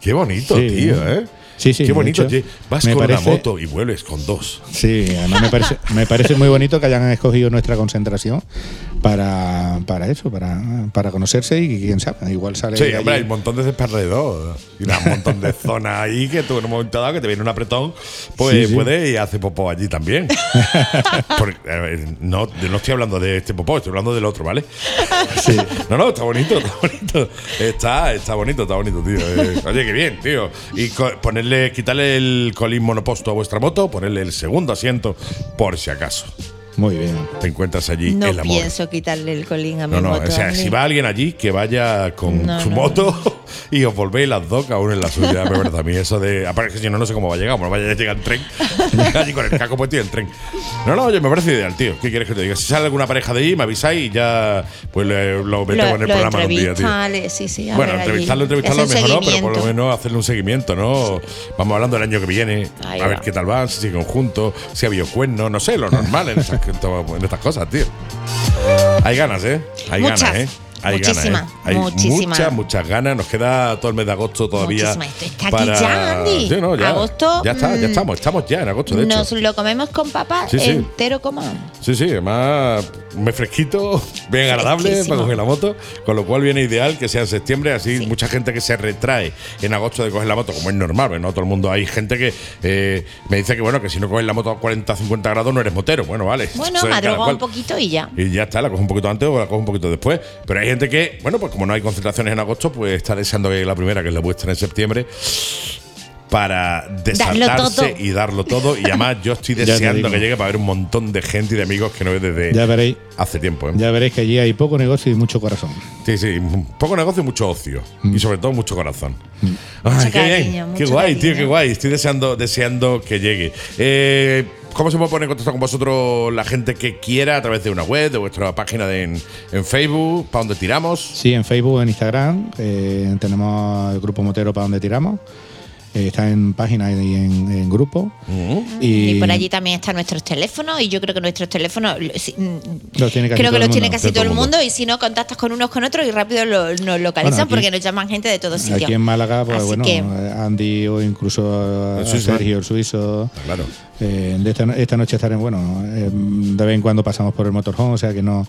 H: Qué bonito,
J: Sí.
H: tío, ¿eh?
J: Sí, sí,
H: Qué
J: de
H: bonito.
J: hecho,
H: oye, Vas
J: me
H: con
J: parece-
H: una moto y vuelves con dos.
J: Sí, además me parece, me parece muy bonito que hayan escogido nuestra concentración para, para eso, para, para conocerse y quién sabe, igual sale.
H: Sí,
J: de allí.
H: hombre, hay un montón de desperdedor y un montón de zonas ahí que tú en un momento dado que te viene un apretón, pues
J: Sí, sí.
H: puedes y hace popó allí también. Porque, a ver, no, yo no estoy hablando de este popó, estoy hablando del otro, ¿vale? No, no, está bonito, está bonito. Está, está bonito, está bonito, tío. Eh, oye, qué bien, tío. Y co- ponerle, quitarle el colín monoposto a vuestra moto, ponerle el segundo asiento, por si acaso.
J: Muy bien.
H: Te encuentras allí
N: No
H: el amor.
N: pienso quitarle el colín a mi
H: No, no,
N: moto.
H: o sea,
N: a mí.
H: si va alguien allí, que vaya con
N: No,
H: su
N: no,
H: moto y os volvéis las dos, cada uno en la suya. Me parece a mí eso de. Aparte, que si no, no sé cómo va a llegar. Bueno, vaya, llega en tren. allí con el caco puesto y el tren. No, no, oye, me parece ideal, tío. ¿Qué quieres que te diga? Si sale alguna pareja de ahí, me avisáis y ya. Pues le- lo metemos en el programa algún día, tío.
N: entrevistale, sí, sí, a
H: Bueno,
N: ver allí.
H: entrevistarlo, entrevistarlo
N: Es un
H: mejor no, pero por lo
N: seguimiento.
H: menos hacerle un seguimiento, ¿no? Vamos hablando del año que viene,
N: Ahí
H: a ver
N: va.
H: qué tal van, si siguen juntos, si ha habido cuernos, no sé, lo normal en, estas, en estas cosas, tío. Hay ganas, ¿eh? Hay
N: Muchas.
H: ganas, ¿eh? Hay
N: Muchísimas,
H: ganas, ¿eh? Hay
N: muchísimas.
H: muchas, muchas ganas. Nos queda todo el mes de agosto todavía.
N: Muchísimas. Esto está aquí ya, Andy.
H: Sí, no, ya.
N: Agosto,
H: Ya está, ya
N: mm,
H: estamos, estamos ya en agosto, de hecho.
N: Nos lo comemos con papá
H: Sí, sí.
N: entero comán.
H: Sí, sí, además me fresquito, bien agradable
N: Fresquísimo.
H: para coger la moto, con lo cual viene ideal que sea en septiembre, así mucha gente que se retrae en agosto de coger la moto, como es normal, ¿no? Todo el mundo, hay gente que eh, me dice que bueno, que si no coges la moto a 40, 50 grados no eres motero, bueno, vale.
N: Bueno,
H: eso es cada
N: madruga
H: cual.
N: un poquito y ya.
H: Y ya está, la cojo un poquito antes o la cojo un poquito después. Pero hay gente que, bueno, pues como no hay concentraciones en agosto, pues está deseando que llegue la primera, que es la vuestra en septiembre, para desatarse
N: todo.
H: y darlo todo. Y además yo estoy
J: Ya te
H: deseando
J: digo.
H: que llegue para ver un montón de gente y de amigos que no veo desde
J: Ya veréis.
H: hace tiempo. ¿eh?
J: Ya veréis que allí hay poco negocio y mucho corazón.
H: Sí, sí, poco negocio y mucho ocio.
J: Mm.
H: Y sobre todo mucho corazón. Ay,
J: Mucho
H: qué bien.
J: cariño,
H: qué
J: mucho
H: guay, tío,
J: cariño.
H: qué guay. Estoy deseando, deseando que llegue. Eh, ¿Cómo se puede poner en contacto con vosotros la gente que quiera a través de una web, de vuestra página de- en, en Facebook, para donde tiramos?
J: Sí, en Facebook, en Instagram, eh, tenemos el grupo Motero para donde tiramos. Eh, está en página y en, en grupo.
H: Mm.
N: Y, por allí también están nuestros teléfonos y yo creo que nuestros teléfonos lo- si- mm,
J: los tiene casi
N: creo
J: todo
N: que
J: el
N: los tiene
J: mundo.
N: casi todo el mundo y si no contactas con unos con otros y rápido lo- nos localizan
J: Bueno, aquí-
N: porque nos llaman gente de todos sitios.
J: Aquí en Málaga, pues
N: Así
J: bueno,
N: que-
J: Andy o incluso
H: El
J: a
H: suizo.
J: Ah, Sergio, el suizo.
H: Ah, Claro.
J: Eh, de esta, esta noche estaremos, bueno, eh, de vez en cuando pasamos por el motorhome, o sea que no.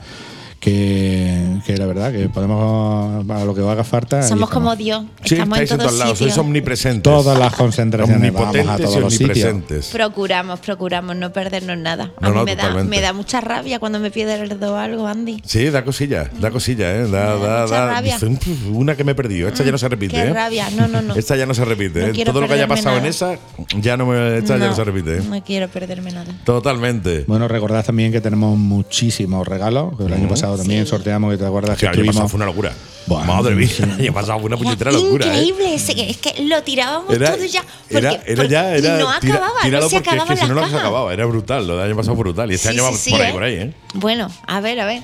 J: Que, que la verdad, que podemos, a lo que haga falta. ahí
N: Somos
J: estamos.
N: como Dios, estamos en
H: estáis en
N: todos
H: todos lados, sois
N: sitios.
H: omnipresentes.
J: Todas las concentraciones, vamos a
H: Omnipotentes
J: todos
H: y
J: los sitios.
H: omnipresentes.
N: Procuramos, procuramos no perdernos nada.
H: No,
N: a mí
H: no,
N: me, da,
H: totalmente.
N: me da mucha rabia cuando me pierdo algo, Andy.
H: Sí, da cosilla, da cosilla, ¿eh? Da, da,
N: mucha
H: da.
N: rabia.
H: Dice, "Mm, Una que me he perdido. Esta ya no se repite,
N: Qué
H: ¿eh?
N: rabia, no, no, no.
H: Esta ya no se repite.
N: No
H: ¿eh?
N: quiero
H: Todo lo que haya
N: perderme
H: pasado en
N: nada.
H: esa, ya no, me, esta ya no
N: No,
H: se repite. ¿eh?
N: no quiero perderme nada.
H: Totalmente.
J: Bueno, recordad también que tenemos muchísimos regalos. que El año
H: Ujú.
J: pasado también sorteamos, que te acuerdas
H: Sí,
J: que
H: el año pasado
J: estuvimos.
H: fue una locura. Madre mía, el año pasado fue una puñetera locura. ¿eh?
N: Increíble, ese que- es que lo tirábamos
H: Era,
N: todo ya. Porque,
H: era, era ya,
N: porque- y
H: era.
N: no
H: tira-
N: acababa,
H: tíralo
N: no se
H: porque es
N: acababan
H: que si no,
N: las
H: no se
N: cajas.
H: acababa. Era brutal, lo del año pasado fue brutal. Y este
N: Sí,
H: año va
N: sí, sí,
H: por ahí,
N: ¿eh?
H: por ahí, ¿eh?
N: Bueno, a ver, a ver.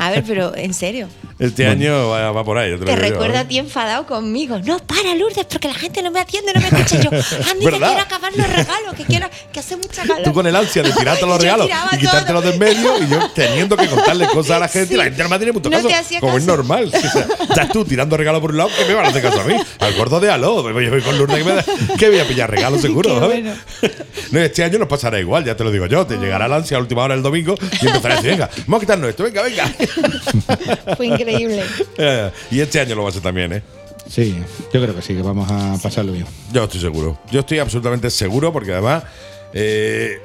N: A ver, pero en serio.
H: Este año va, va por ahí.
N: Te
H: ¿eh?
N: recuerda a ti enfadado conmigo. No, para, Lourdes, porque la gente no me atiende, no me escucha. Yo, Andy, que
H: ¿Verdad?
N: quiero acabar los regalos, que quiero, que hace mucha calor.
H: Tú con el ansia de tirarte los
N: Yo
H: regalos
N: tiraba
H: y quitártelos de en medio y yo teniendo que contarle cosas a la gente y la gente no me tiene mucho
N: No
H: caso.
N: te hacía
H: como es
N: caso.
H: normal. sí, o sea, estás tú tirando regalos por un lado, que me van a hacer caso a mí? Al gordo de aló, yo voy con Lourdes que me da, que voy a pillar regalos seguro,
N: Qué
H: ¿sabes?
N: bueno.
H: No, este año nos pasará igual, ya te lo digo yo. Te llegará el ansia a última hora el domingo y empezarás a decir, venga, vamos a quitarnos esto, venga, venga.
N: Fue increíble.
H: Eh, y este año lo va a ser también, ¿eh?
J: Sí, yo creo que sí, que vamos a pasarlo bien.
H: Yo estoy seguro. Yo estoy absolutamente seguro porque además eh,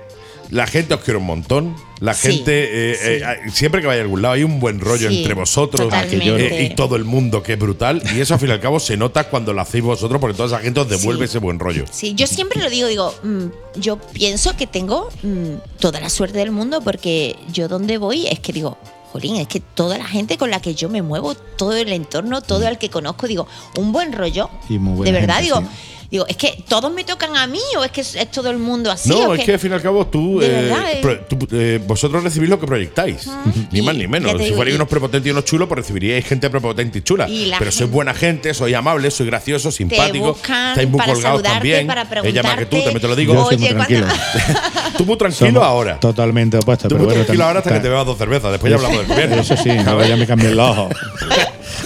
H: la gente os quiere un montón. La
O: Sí,
H: gente, eh,
O: sí.
H: eh, hay- siempre que vaya a algún lado, hay un buen rollo
O: Sí,
H: entre vosotros
O: totalmente.
H: eh, y todo el mundo, que es brutal. Y eso al fin y al cabo se nota cuando lo hacéis vosotros porque toda esa gente os devuelve
N: Sí.
H: ese buen rollo.
N: Sí, yo siempre lo digo, digo, mm, yo pienso que tengo mm, toda la suerte del mundo porque yo donde voy es que digo, jolín, es que toda la gente con la que yo me muevo, todo el entorno, todo el que conozco, digo, un buen rollo,
J: Y muy buena
N: de verdad,
J: gente,
N: digo,
J: sí.
N: Digo, es que todos me tocan a mí o es que es, es todo el mundo así.
H: no,
N: ¿O
H: es
N: qué?
H: que al fin y al cabo tú,
N: De
H: eh,
N: verdad, eh. Ah.
H: pro- tú, eh, vosotros recibís lo que proyectáis. Ni más ni menos.
N: ya te
H: Si
N: digo, y-
H: fuerais unos prepotentes y unos chulos, pues recibiríais gente prepotente y chula.
N: Y la
H: Pero sois
N: gente-
H: buena gente, sois amable, sois gracioso, simpático.
N: buscan
H: estáis muy
N: para
H: colgados
N: saludarte,
H: también.
N: para
H: Ella más que
N: preguntarte.
H: tú, también te lo digo.
J: Yo estoy muy
N: Oye, cuando-
J: tranquilo.
H: Tú muy tranquilo
J: Somos
H: ahora.
J: Totalmente opuesto.
H: Tú
J: Pero
H: muy
J: bueno,
H: tranquilo
J: tam-
H: ahora hasta que
J: tam-
H: te bebas dos cervezas. Después ya hablamos del viernes.
J: Eso sí, ahora ya me cambié el ojo.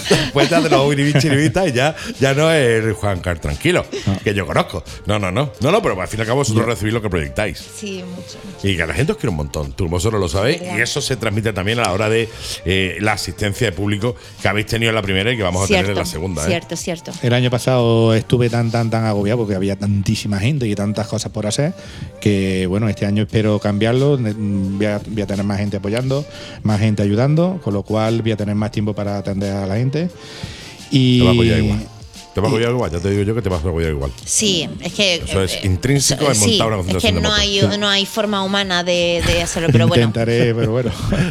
H: Después ya de los uribinchiribitas y ya, ya no es el Juan Carlos tranquilo,
J: Ah.
H: que yo conozco. No, no, no. No, no, pero al fin y al cabo vosotros recibís lo que proyectáis.
N: Sí, mucho.
H: Y que la gente os quiere un montón, tú vosotros lo sabéis, y eso se transmite también a la hora de eh, la asistencia de público que habéis tenido en la primera y que vamos a tener en la segunda. ¿eh?
N: Cierto, cierto.
J: El año pasado estuve tan, tan, tan agobiado porque había tantísima gente y tantas cosas por hacer que, bueno, este año espero cambiarlo. Ne- mm, Voy a, voy a tener más gente apoyando, más gente ayudando, con lo cual voy a tener más tiempo para atender a la gente. Y
H: Te va a apoyar igual. Te va a apoyar igual, ya te digo yo que te vas a apoyar igual.
N: Sí, es que.
H: Eso es
N: eh,
H: intrínseco en
N: sí,
H: montar una
N: es que
H: concentración de
N: no
H: motos.
N: hay, no hay forma humana de, de hacerlo, pero bueno.
J: Intentaré, pero bueno,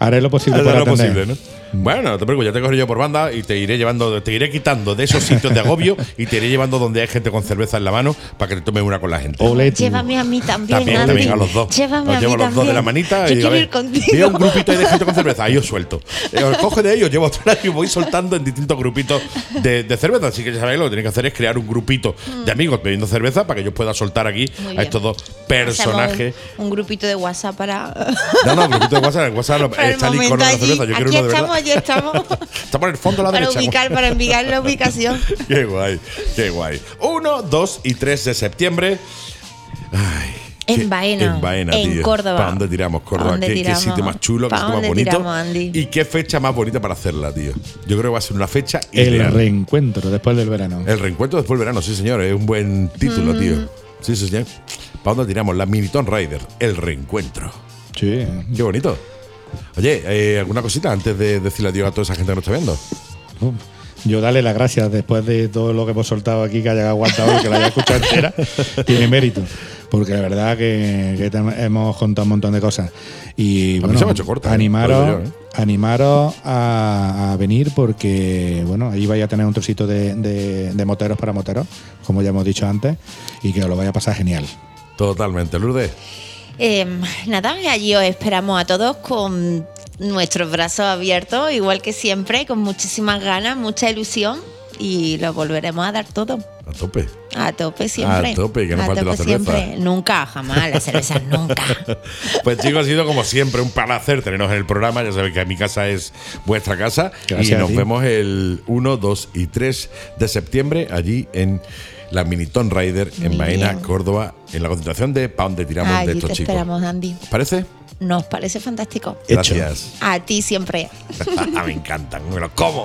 J: haré lo posible
H: Haré
J: para
H: lo
J: atender. Mm.
H: posible, ¿no? Bueno, no te preocupes, ya te cogeré yo por banda y te iré llevando, te iré quitando de esos sitios de agobio y te iré llevando donde hay gente con cerveza en la mano para que te tomes una con la gente.
N: Llévame a mí también.
H: También,
N: Andy.
H: también, a los dos.
N: Llévame
H: os
N: a mí
H: llevo a los
N: también.
H: dos de la manita
N: Yo
H: y
N: quiero
H: digo, a ver,
N: ir contigo.
H: veo un grupito ahí de gente con cerveza, ahí os suelto. Eh, Os cojo de ahí, os llevo a otro lado y voy soltando en distintos grupitos de, de cerveza. Así que ya sabéis, lo que tenéis que hacer es crear un grupito de amigos bebiendo cerveza para que yo pueda soltar aquí
N: Muy
H: a
N: bien.
H: estos dos
N: Hacemos
H: personajes.
N: Un, un grupito de WhatsApp para.
H: No, no, el grupito de WhatsApp, el WhatsApp no,
N: para el
H: está el
N: momento
H: icono de la
N: allí.
H: cerveza, yo
N: Aquí
H: quiero uno de
N: estamos,
H: verdad.
N: allí estamos.
H: Está por el fondo a la
N: para
H: derecha.
N: ubicar, para enviar la ubicación.
H: Qué guay, qué guay. 1, 2 y 3 de septiembre.
N: En Baena.
H: En Baena, tío.
N: Córdoba.
H: ¿Para dónde tiramos, Córdoba?
N: ¿Pa' dónde
H: ¿Qué, qué
N: tiramos?
H: sitio más chulo, qué
N: ¿Pa'
H: sitio más
N: dónde
H: bonito.
N: tiramos, Andy?
H: Y qué fecha más bonita para hacerla, tío. Yo creo que va a ser una fecha
J: El
H: ideal.
J: reencuentro después del verano.
H: El reencuentro después del verano, sí, señor. Es un buen título,
J: Mm.
H: tío. Sí, sí, señor. ¿Para dónde tiramos? La Miniton Rider. El reencuentro.
J: Sí.
H: Qué bonito. Oye, eh, ¿alguna cosita antes de decirle adiós a toda esa gente que nos está viendo?
J: Yo dale las gracias después de todo lo que hemos soltado aquí, que haya aguantado y que la haya escuchado entera. Tiene mérito. Porque la verdad que, que te- hemos contado un montón de cosas. Y
H: A mí
J: bueno,
H: se me ha hecho corta, ¿eh?
J: animaros,
H: Lo digo yo,
J: animaros a, a venir porque bueno, ahí vais a tener un trocito de, de- de moteros para moteros, como ya hemos dicho antes, y que os lo vaya a pasar genial.
H: Totalmente, Lourdes.
N: Eh, nada, allí os esperamos a todos con nuestros brazos abiertos, igual que siempre, con muchísimas ganas, mucha ilusión y lo volveremos a dar todo.
H: A tope.
N: A tope siempre.
H: A tope, que no
N: A
H: falte la
N: tope
H: cerveza.
N: siempre. Nunca, jamás, la cerveza nunca.
H: Pues chicos, ha sido como siempre un placer tenernos en el programa. Ya sabéis que mi casa es vuestra casa.
J: Gracias
H: y
J: a
H: nos
J: ti.
H: vemos el 1, 2 y 3 de septiembre allí en la Miniton Rider en
N: Muy
H: Baena,
N: bien.
H: Córdoba, en la concentración de pa' dónde tiramos de
N: Allí
H: estos
N: te
H: chicos.
N: esperamos, Andy.
H: ¿Parece?
N: Nos parece fantástico.
H: Gracias. Ah,
N: A ti siempre.
H: Me encantan, me los como.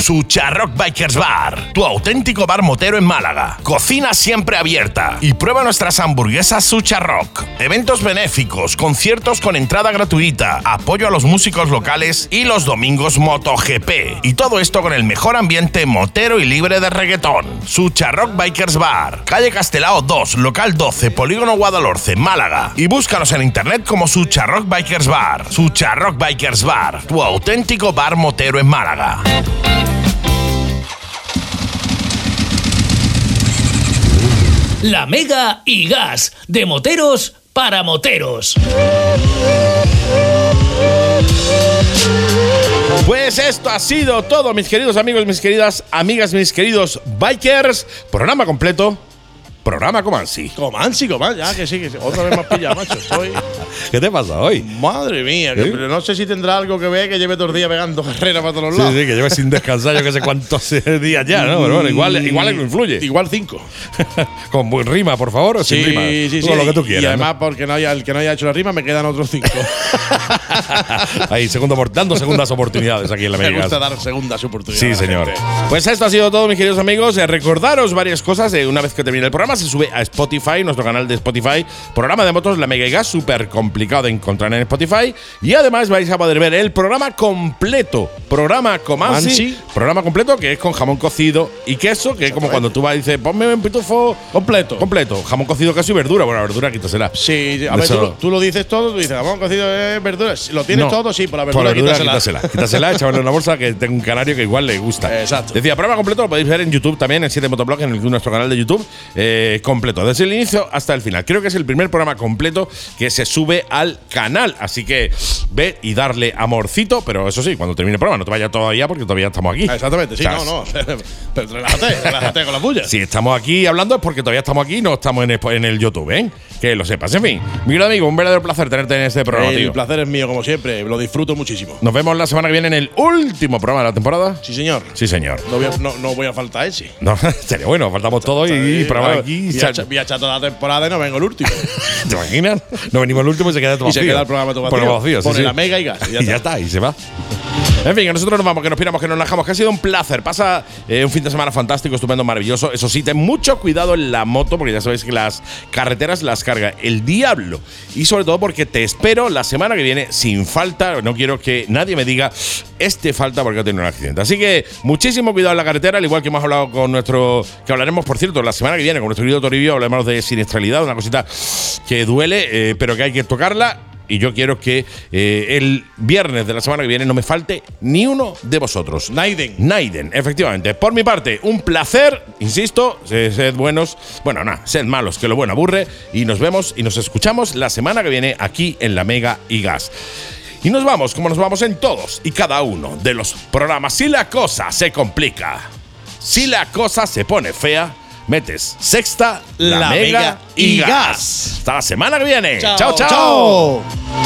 M: Sucha Rock Bikers Bar, tu auténtico bar motero en Málaga. Cocina siempre abierta y prueba nuestras hamburguesas Sucha Rock. Eventos benéficos, conciertos con entrada gratuita, apoyo a los músicos locales y los domingos MotoGP. Y todo esto con el mejor ambiente motero y libre de reggaetón. Sucha Rock Bikers Bar, calle Castelao 2, local 12, Polígono Guadalhorce, Málaga. Y búscanos en internet como Sucha Rock Bikers Bar. Sucha Rock Bikers Bar, tu auténtico bar motero en Málaga.
G: La Mega y Gas de Moteros para moteros.
H: Pues esto ha sido todo, mis queridos amigos, mis queridas amigas, mis queridos bikers. Programa completo. Programa Comansi.
J: Comansi, Comansi. Ah, que sí, que sí. Otra vez más pilla, macho. Estoy.
H: ¿Qué te pasa hoy?
J: Madre mía. que-
H: ¿Sí?
J: pero no sé si tendrá algo que ver que lleve dos días pegando carrera para todos
H: Sí,
J: lados.
H: sí, que lleves sin descansar yo que sé cuántos días ya, ¿no? Pero bueno, igual, igual no influye.
J: Igual cinco.
H: Con buen rima, por favor, o sin rima. Tú con lo que tú quieras.
J: Y
H: ¿no?
J: además, porque no haya, el que no haya hecho la rima, me quedan otros cinco.
H: Ahí, segundo, por- dando segundas oportunidades aquí en la
J: me
H: América.
J: gusta dar segundas oportunidades.
H: Sí, señor. Pues esto ha sido todo, mis queridos amigos. Eh, recordaros varias cosas. Eh, una vez que termine el programa, se sube a Spotify, nuestro canal de Spotify. Programa de motos, la Mega y Gas, súper complicado de encontrar en Spotify. Y además vais a poder ver el programa completo. Programa Comansi.
J: Comansi.
H: Programa completo que es con jamón cocido y queso, que es como cuando tú vas y dices, ponme un pitufo completo. Completo. Jamón cocido, queso y verdura. Bueno, la verdura quítasela.
J: Sí, A ver, tú, lo- tú lo dices todo, tú dices, vamos, cocido eh, verduras. Si ¿Lo tienes
H: No.
J: todo? Sí, por la
H: Por
J: verdura,
H: la verdura,
J: quítasela.
H: quítasela. Quítasela, échamela en una bolsa que tengo un canario que igual le gusta. Exacto. Decía, programa completo lo podéis ver en YouTube también, en 7 Motoblog, en el- nuestro canal de YouTube, eh, completo, desde el inicio hasta el final. Creo que es el primer programa completo que se sube al canal. Así que ve y darle amorcito, pero eso sí, cuando termine el programa, no te vayas todavía porque todavía estamos aquí.
J: Ah, Exactamente, sí,
H: O sea,
J: no, no. Pero relájate, relájate con la puya.
H: si estamos aquí hablando es porque todavía estamos aquí, no estamos en el, en el YouTube, ¿eh? Que lo sepas. En fin, mi querido amigo, un verdadero placer tenerte en este programa,
J: el
H: tío.
J: placer es mío, como siempre. Lo disfruto muchísimo.
H: Nos vemos la semana que viene en el último programa de la temporada.
J: Sí, señor.
H: Sí, señor.
J: No voy a, no, no voy a faltar ese.
H: No, sería bueno, faltamos todos y, programa
J: Claro,
H: aquí.
J: voy a
H: sal-
J: echar- voy a echar toda la temporada y no vengo el último.
H: ¿Te imaginas? Nos venimos el último y se queda todo
J: Y se queda el programa todo
H: Por
J: vacío.
H: vacío, sí,
J: Pone
H: sí.
J: la mega y gas, y
H: Y
J: ya
H: ya, está, y se va. En fin, que nosotros nos vamos, que nos piramos, que nos relajamos, que ha sido un placer. Pasa eh, un fin de semana fantástico, estupendo, maravilloso. Eso sí, ten mucho cuidado en la moto, porque ya sabéis que las carreteras las carga el diablo. Y sobre todo porque te espero la semana que viene sin falta. No quiero que nadie me diga, este falta porque ha tenido un accidente. Así que muchísimo cuidado en la carretera, al igual que hemos hablado con nuestro. que hablaremos, por cierto, la semana que viene con nuestro querido Toribio, hablaremos de siniestralidad, una cosita que duele, eh, pero que hay que tocarla. Y yo quiero que eh, el viernes de la semana que viene no me falte ni uno de vosotros.
J: Naiden.
H: Naiden, efectivamente. Por mi parte, un placer, insisto, se- sed buenos, bueno, nada, sed malos, que lo bueno aburre. Y nos vemos y nos escuchamos la semana que viene aquí en La Mega y Gas. Y nos vamos como nos vamos en todos y cada uno de los programas. Si la cosa se complica, si la cosa se pone fea, metes sexta, la, mega, y gas. Hasta la semana que viene.
J: Chao.
H: chao. chao.